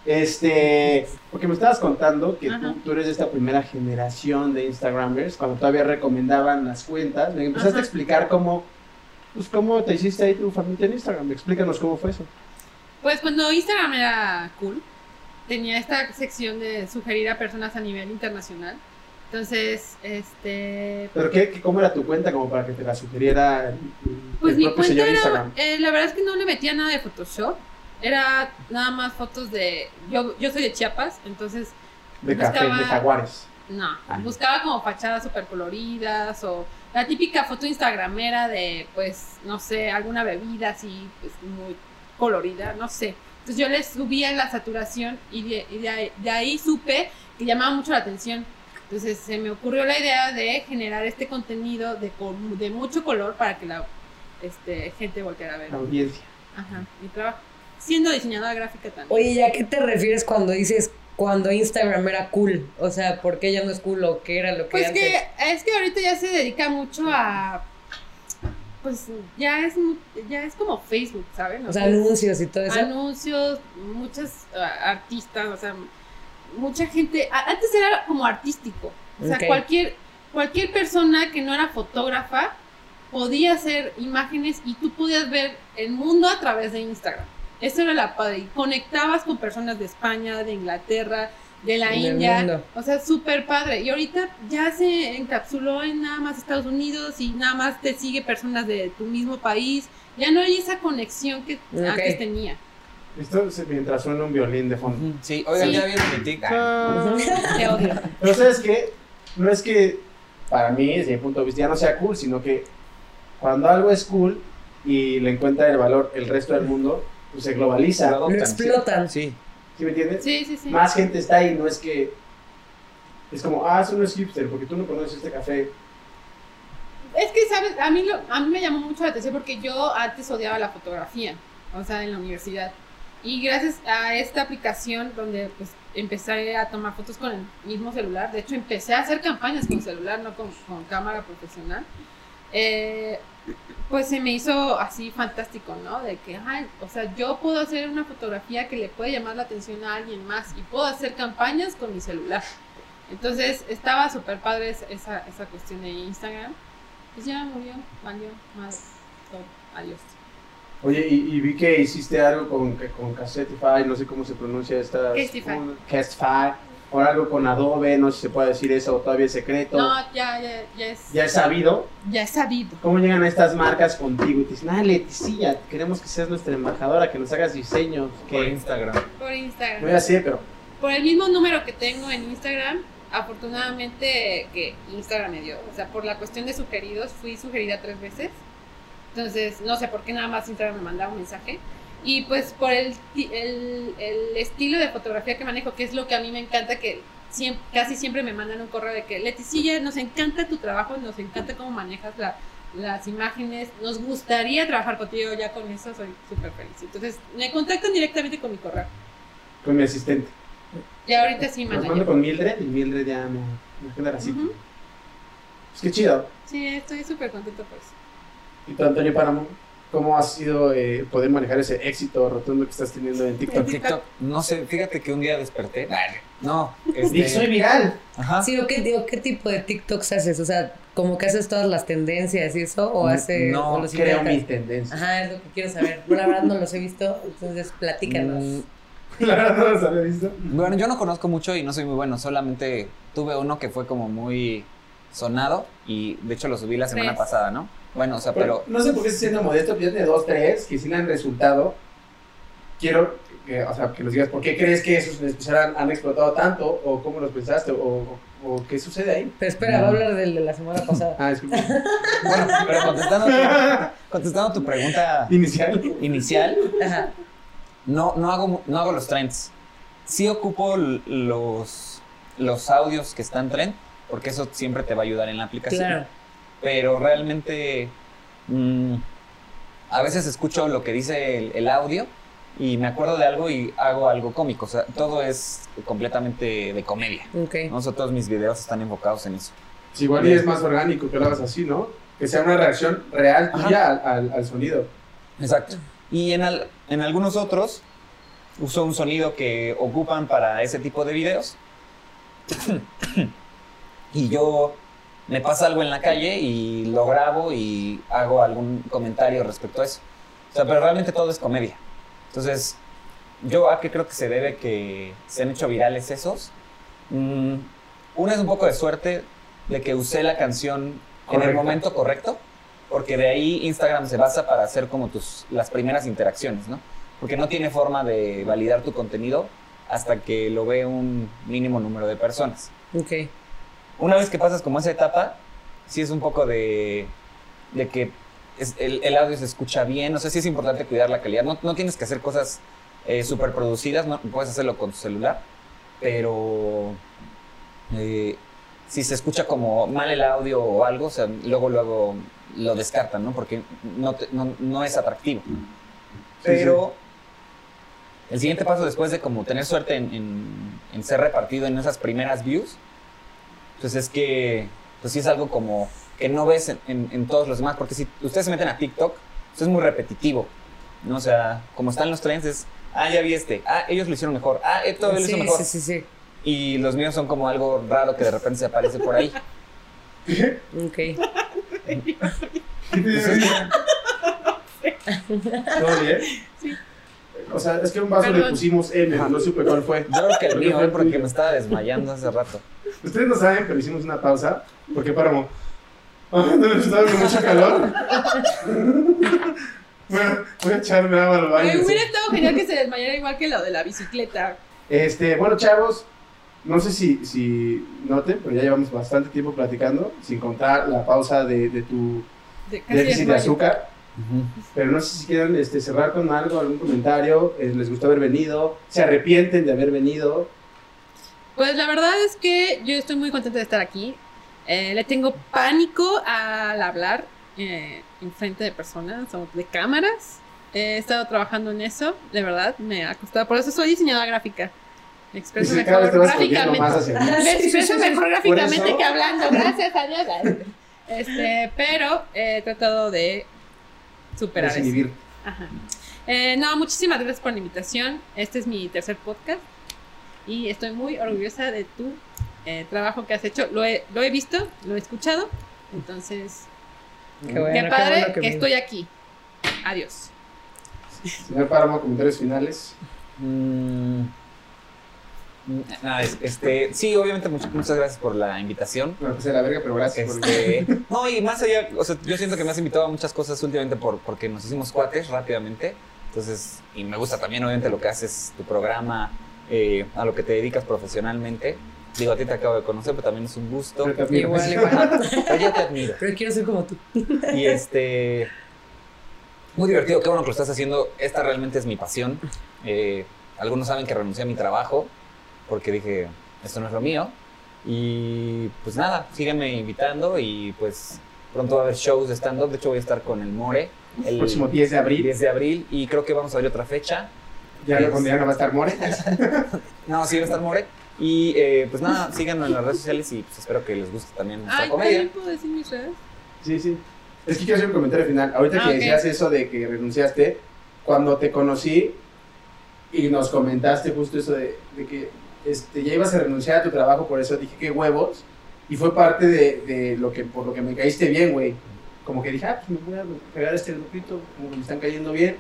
Speaker 5: Este, porque me estabas contando que
Speaker 3: Ajá.
Speaker 5: tú, tú eres de esta primera generación de Instagramers, cuando todavía recomendaban las cuentas. Me empezaste
Speaker 3: Ajá.
Speaker 5: a explicar cómo, pues, cómo te hiciste ahí tu familia en Instagram. Explícanos cómo fue eso.
Speaker 3: Pues cuando Instagram era cool, tenía esta sección de sugerir a personas a nivel internacional. Entonces, este.
Speaker 5: ¿Pero qué, qué- cómo era tu cuenta como para que te la sugiriera el, el
Speaker 3: Pues mi
Speaker 5: propio
Speaker 3: cuenta
Speaker 5: señor
Speaker 3: era.
Speaker 5: Instagram?
Speaker 3: eh, la verdad es que no le metía nada de Photoshop. Era nada más fotos de. Yo, yo soy de Chiapas, entonces
Speaker 5: De café,
Speaker 3: buscaba-
Speaker 5: de jaguares.
Speaker 3: No, buscaba como fachadas súper coloridas o la típica foto instagramera de, pues, no sé, alguna bebida así, pues, muy colorida, no sé. Entonces yo les subía la saturación y de, y de ahí, de ahí supe que llamaba mucho la atención. Entonces se me ocurrió la idea de generar este contenido de, col- de mucho color para que la este, gente volteara a ver.
Speaker 5: La audiencia.
Speaker 3: Ajá, mi trabajo. Siendo diseñadora gráfica también.
Speaker 2: Oye, ¿y a qué te refieres cuando dices cuando Instagram era cool? O sea, ¿por qué ya no es cool o qué era lo que
Speaker 3: Pues
Speaker 2: antes?
Speaker 3: que es que ahorita ya se dedica mucho a pues ya es mu- ya es como Facebook, ¿saben?
Speaker 2: O sea,
Speaker 3: sea,
Speaker 2: anuncios y todo eso.
Speaker 3: anuncios, muchas ah, artistas, o sea, mucha gente, a- antes era como artístico. O sea,
Speaker 2: Ok.
Speaker 3: cualquier cualquier persona que no era fotógrafa podía hacer imágenes y tú podías ver el mundo a través de Instagram. Eso era la padre. Y conectabas con personas de España, de Inglaterra, de la
Speaker 2: Del
Speaker 3: India.
Speaker 2: mundo.
Speaker 3: O sea, súper padre. Y ahorita ya se encapsuló en nada más Estados Unidos y nada más te sigue personas de tu mismo país. Ya no hay esa conexión que
Speaker 2: Ok.
Speaker 3: antes tenía.
Speaker 5: Esto se- mientras suena un violín de fondo.
Speaker 4: Sí, oigan,
Speaker 3: Sí.
Speaker 4: ya viene mi tic. Ah,
Speaker 3: Te odio.
Speaker 5: Pero ¿sabes qué? No es que para mí, desde mi punto de vista, ya no sea cool, sino que cuando algo es cool y le encuentra el valor el resto del mundo, pues se globaliza.
Speaker 4: Lo
Speaker 2: Lo
Speaker 4: adoptan,
Speaker 2: explotan.
Speaker 4: Sí.
Speaker 5: ¿Sí me entiendes?
Speaker 3: Sí, sí, sí.
Speaker 5: Más gente está ahí, no es que... Es como, ah, eso no es hipster, porque tú no conoces este café.
Speaker 3: Es que, ¿sabes? A mí, lo- a mí me llamó mucho la atención porque yo antes odiaba la fotografía, o sea, en la universidad. Y gracias a esta aplicación donde pues empecé a tomar fotos con el mismo celular, de hecho empecé a hacer campañas con celular, no con, con cámara profesional, eh, pues se me hizo así fantástico, ¿no? De que, ay, o sea, yo puedo hacer una fotografía que le puede llamar la atención a alguien más y puedo hacer campañas con mi celular. Entonces estaba súper padre esa- esa, esa cuestión de Instagram. Pues ya murió, valió, más todo, adiós.
Speaker 5: Oye, y, y vi que hiciste algo con, que- con Cassetify, no sé cómo se pronuncia esta...
Speaker 3: Castify.
Speaker 5: Castify, o algo con Adobe, no sé si se puede decir eso, o todavía es secreto.
Speaker 3: No, ya, ya, ya es,
Speaker 5: Ya es sabido,
Speaker 3: ya es sabido.
Speaker 5: ¿Cómo llegan estas marcas contigo? Y te dicen, ah, Leticia, queremos que seas nuestra embajadora, que nos hagas diseños.
Speaker 6: Por
Speaker 5: Que...
Speaker 6: Instagram.
Speaker 3: Por
Speaker 5: No
Speaker 3: Instagram.
Speaker 5: era así, pero
Speaker 3: Por el mismo número que tengo en Instagram, afortunadamente que Instagram me dio. O sea, por la cuestión de sugeridos, fui sugerida tres veces. Entonces, no sé por qué nada más Instagram me mandaba un mensaje. Y pues por el, ti- el, el estilo de fotografía que manejo, que es lo que a mí me encanta, que siem- casi siempre me mandan un correo de que, Leticia, nos encanta tu trabajo, nos encanta cómo manejas la- las imágenes, nos gustaría trabajar contigo, ya con eso soy súper feliz. Entonces, me contactan directamente con mi correo.
Speaker 5: con mi asistente.
Speaker 3: Y ahorita sí,
Speaker 5: Los
Speaker 3: manager.
Speaker 5: mando con Mildred y Mildred ya me, me genera así.
Speaker 3: Ujú.
Speaker 5: Pues qué chido.
Speaker 3: Sí, estoy súper contenta por eso.
Speaker 5: Y tú, Antonio Páramo, ¿cómo ha sido eh, poder manejar ese éxito rotundo que estás teniendo en
Speaker 4: En
Speaker 5: TikTok?
Speaker 4: TikTok, no sé, fíjate que un día desperté. Ah, No,
Speaker 5: Y soy
Speaker 4: este,
Speaker 5: viral.
Speaker 4: ajá.
Speaker 2: Sí, ¿o qué, digo, ¿qué tipo de TikToks haces? O sea, ¿como que haces todas las tendencias y eso? ¿O
Speaker 4: N-
Speaker 2: haces...?
Speaker 4: no,
Speaker 2: o los
Speaker 5: Creo
Speaker 2: inventas?
Speaker 5: mis tendencias.
Speaker 2: Ajá, es lo que quiero saber. Yo, La verdad no los he visto, entonces platícanos.
Speaker 4: Mm,
Speaker 5: La verdad no los había visto.
Speaker 4: Bueno, yo no conozco mucho y no soy muy bueno, solamente tuve uno que fue como muy sonado y de hecho lo subí la semana
Speaker 3: Tres.
Speaker 4: pasada, ¿no? Bueno, o sea, pero
Speaker 5: no sé por qué estoy siendo modesto, pero yo tengo dos, tres que sí le han resultado. Quiero que, o sea, que nos digas por qué crees que esos en especial han, han explotado tanto o cómo los pensaste o, o ¿O qué sucede ahí?
Speaker 2: Pero espera, va a hablar del de la semana pasada.
Speaker 5: Ah, disculpe.
Speaker 4: Bueno, pero contestando tu, contestando tu pregunta
Speaker 5: Inicial.
Speaker 4: inicial,
Speaker 2: Ajá.
Speaker 4: no, no, hago, no hago los trends. Sí ocupo l- los, los audios que están trend, porque eso siempre te va a ayudar en la aplicación.
Speaker 2: Claro.
Speaker 4: Pero realmente mm, a veces escucho lo que dice el, el audio y me acuerdo de algo y hago algo cómico. O sea, todo es completamente de comedia.
Speaker 2: Ok.
Speaker 4: ¿no? O sea, todos mis videos están enfocados en eso.
Speaker 5: Si igual y es más orgánico que lo hagas así, ¿no? Que sea una reacción real
Speaker 4: Ajá.
Speaker 5: tuya al, al- al sonido.
Speaker 4: Exacto. Y en, al- en algunos otros uso un sonido que ocupan para ese tipo de videos. y yo me pasa algo en la calle y lo grabo y hago algún comentario respecto a eso. O sea, pero realmente todo es comedia. Entonces, yo a qué creo que se debe que se han hecho virales esos. Mm, una es un poco de suerte de que usé la canción en el
Speaker 5: Correcto.
Speaker 4: momento correcto, porque de ahí Instagram se basa para hacer como tus las primeras interacciones, ¿no? Porque no tiene forma de validar tu contenido hasta que lo ve un mínimo número de personas
Speaker 2: Ok.
Speaker 4: una vez que pasas como esa etapa, sí es un poco de, de que es- el, el audio se escucha bien, o sea, sí es importante cuidar la calidad. No, no tienes que hacer cosas eh, súper producidas, no, puedes hacerlo con tu celular, pero eh, si se escucha como mal el audio o algo, o sea, luego, luego lo descartan, ¿no? Porque no, te- no, no es atractivo. Pero el siguiente paso después de como tener suerte en, en- en ser repartido en esas primeras views, pues es que pues sí es algo como que no ves en, en- en todos los demás, porque si ustedes se meten a TikTok, eso es muy repetitivo, ¿no? O sea, como están los trends es, ah, ya vi este, ah, ellos lo hicieron mejor, ah, esto lo hizo
Speaker 2: Sí,
Speaker 4: mejor.
Speaker 2: sí, sí, sí.
Speaker 4: Y los míos son como algo raro que de repente se aparece por ahí.
Speaker 2: Ok.
Speaker 5: ¿Todo bien? O sea, es que a un vaso le
Speaker 3: Perdón.
Speaker 5: pusimos M, no supe cuál fue.
Speaker 4: Yo creo que el
Speaker 5: Porque
Speaker 4: mío,
Speaker 5: fue
Speaker 4: ¿eh? porque
Speaker 5: tuyo.
Speaker 4: me estaba desmayando hace rato.
Speaker 5: Ustedes no saben, pero hicimos una pausa porque Páramo ah, no me estaba con mucho calor. bueno, voy a echarme agua al baño.
Speaker 3: Güey, hubiera estado genial que se desmayara igual que lo de la bicicleta.
Speaker 5: Este, bueno, chavos, no sé si, si noten, pero ya llevamos bastante tiempo platicando, sin contar la pausa de, de tu
Speaker 3: De casi
Speaker 5: déficit de
Speaker 3: desmayo.
Speaker 5: azúcar. Pero no sé si quieran este, cerrar con algo, algún comentario. eh, ¿Les gustó haber venido? ¿Se arrepienten de haber venido?
Speaker 3: Pues la verdad es que yo estoy muy contenta de estar aquí. Eh, le tengo pánico al hablar eh, en frente de personas o de cámaras. He estado trabajando en eso, de verdad, me ha costado. Por eso soy diseñadora gráfica. Me
Speaker 5: Y
Speaker 3: expreso
Speaker 5: si cada vez
Speaker 3: mejor
Speaker 5: te vas cogiendo
Speaker 3: gráficamente.
Speaker 5: más hacia mí.
Speaker 3: Me expreso mejor gráficamente
Speaker 5: eso-
Speaker 3: que hablando, gracias a Dios. Este, pero he tratado de superar eso.
Speaker 5: Desinhibir.
Speaker 3: Ajá. Eh, no, muchísimas gracias por la invitación. Este es mi tercer podcast y estoy muy orgullosa de tu eh, trabajo que has hecho. Lo he, lo he visto, lo he escuchado. Entonces,
Speaker 2: Qué bueno.
Speaker 3: qué padre
Speaker 2: bueno
Speaker 3: que,
Speaker 2: vino.
Speaker 3: estoy aquí. Adiós.
Speaker 5: Señor Páramo, comentarios finales.
Speaker 4: Mm. Mm, ah, es- este, sí, obviamente much- muchas gracias por la invitación.
Speaker 5: Bueno, pues a la verga, pero gracias por
Speaker 4: Este, no, y más allá, o sea, yo siento que me has invitado a muchas cosas últimamente por, porque nos hicimos cuates rápidamente. Entonces, y me gusta también, obviamente, lo que haces, tu programa, eh, a lo que te dedicas profesionalmente. Digo, a ti te acabo de conocer, pero también es un gusto.
Speaker 5: Pero también-
Speaker 2: Igual, igual.
Speaker 4: Pero yo te admiro.
Speaker 2: Pero quiero ser como tú.
Speaker 4: Y este. Muy divertido, qué bueno que lo estás haciendo. Esta realmente es mi pasión. Eh, algunos saben que renuncié a mi trabajo porque dije, esto no es lo mío. Y pues nada, síganme invitando y pues pronto va a haber shows de stand-up. De hecho, voy a estar con el More el
Speaker 5: El próximo 10 de abril,
Speaker 4: 10 de abril y creo que vamos a abrir otra fecha.
Speaker 5: ya no ya no va a estar More.
Speaker 4: No, sí va a estar More. Y eh, pues nada, síganme en las redes sociales y pues espero que les guste también nuestra
Speaker 3: Ay,
Speaker 4: comedia.
Speaker 3: ¿también puedo decir mis redes?
Speaker 5: Sí, sí. Es que quiero hacer un comentario final. Ahorita
Speaker 3: Ah,
Speaker 5: que
Speaker 3: ok.
Speaker 5: decías eso de que renunciaste, cuando te conocí y nos comentaste justo eso de, de que este, ya ibas a renunciar a tu trabajo, por eso dije qué huevos. Y fue parte de, de lo que, por lo que me caíste bien, güey. Como que dije, ah, pues me voy a pegar a este grupito, como que me están cayendo bien.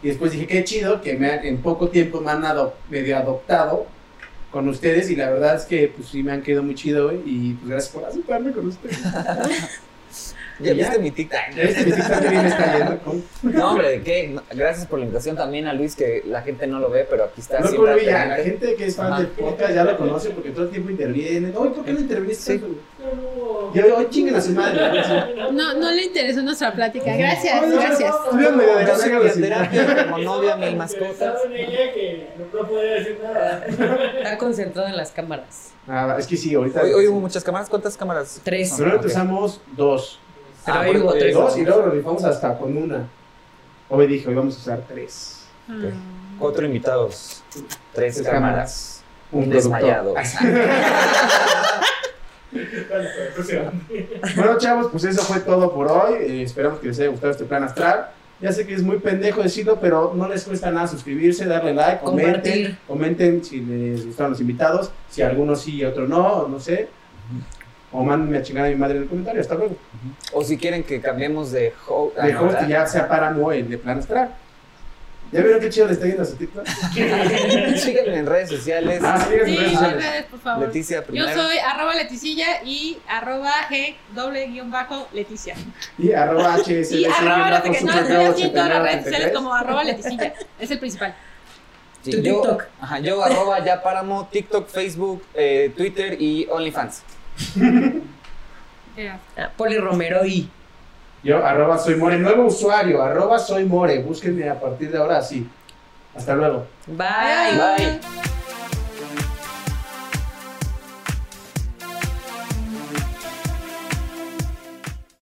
Speaker 5: Y después dije, qué chido que me han- en poco tiempo me han ado- medio adoptado con ustedes. Y la verdad es que, pues sí, me han quedado muy chido, güey. Y pues gracias por aceptarme con ustedes.
Speaker 4: ¿Ya
Speaker 5: ¿Y ya?
Speaker 4: viste mi TikTok?
Speaker 5: Este mi TikTok que bien está yendo. ¿cómo?
Speaker 4: No, hombre, ¿qué? No, Gracias por la invitación también a Luis, que la gente no lo ve, pero aquí está.
Speaker 5: No
Speaker 4: siempre
Speaker 5: con Villa, la
Speaker 4: atento.
Speaker 5: gente que es fan
Speaker 4: Ajá.
Speaker 5: del podcast ya lo conoce porque todo el tiempo interviene. Oye, ¿por qué no interviniste? Y hoy, hoy chinguen a su madre.
Speaker 3: No, no le interesó nuestra plática. Gracias,
Speaker 5: Oye,
Speaker 3: gracias.
Speaker 5: Estuvieron medio de
Speaker 4: Yo soy
Speaker 5: ganas,
Speaker 4: de
Speaker 5: sí.
Speaker 4: terapia, como novia, mil mascotas.
Speaker 7: Estaba en ella que no podía decir nada.
Speaker 2: Está concentrado en las cámaras.
Speaker 5: Ah, es que sí, ahorita.
Speaker 4: Hoy, hoy hubo muchas cámaras. ¿Cuántas cámaras?
Speaker 2: Tres.
Speaker 5: Pero ahorita
Speaker 4: Ok.
Speaker 5: usamos dos.
Speaker 2: Pero
Speaker 4: Ah,
Speaker 2: ahí
Speaker 4: por
Speaker 2: hubo
Speaker 4: eso-
Speaker 2: tres.
Speaker 5: Dos y luego lo rifamos hasta con una. Hoy dije, hoy vamos a usar tres.
Speaker 3: Ah.
Speaker 4: Cuatro invitados. Tres
Speaker 5: Tres
Speaker 4: cámaras.
Speaker 5: Un
Speaker 4: Desmayado.
Speaker 5: Bueno, chavos, pues eso fue todo por hoy. Eh, esperamos que les haya gustado este plan astral. Ya sé que es muy pendejo decirlo, pero no les cuesta nada suscribirse, darle like, comenten,
Speaker 2: Compartir.
Speaker 5: comenten si les gustaron los invitados, si algunos sí y otros no, no sé. O mándenme a chingar a mi madre en el comentario. Hasta luego.
Speaker 4: O si quieren que cambiemos de host.
Speaker 3: Ah,
Speaker 4: ah,
Speaker 5: De host y ya sea páramo el de plan astral. ¿Ya vieron qué chido le está yendo a su TikTok?
Speaker 4: Síganme en redes sociales.
Speaker 5: Ah, sí, en
Speaker 3: Sí,
Speaker 5: redes
Speaker 3: en
Speaker 5: sociales.
Speaker 3: redes, por favor.
Speaker 4: Leticia
Speaker 3: Yo
Speaker 4: primero.
Speaker 3: soy arroba leticilla y arroba g doble guión bajo leticia.
Speaker 5: Y arroba HSBC,
Speaker 3: Y arroba Ah, no sé qué. No, estoy así en todas las redes
Speaker 5: 89,
Speaker 3: sociales como arroba leticilla. Es el principal.
Speaker 4: Sí,
Speaker 2: Tu
Speaker 4: yo-
Speaker 2: TikTok.
Speaker 4: Ajá, yo arroba ya páramo, TikTok, Facebook, eh, Twitter y OnlyFans.
Speaker 3: Eh,
Speaker 2: Ah, Poli Romero y.
Speaker 5: Yo, arroba soy more, nuevo usuario, arroba soy more. Búsquenme a partir de ahora, sí. Hasta luego.
Speaker 2: Bye.
Speaker 4: Bye.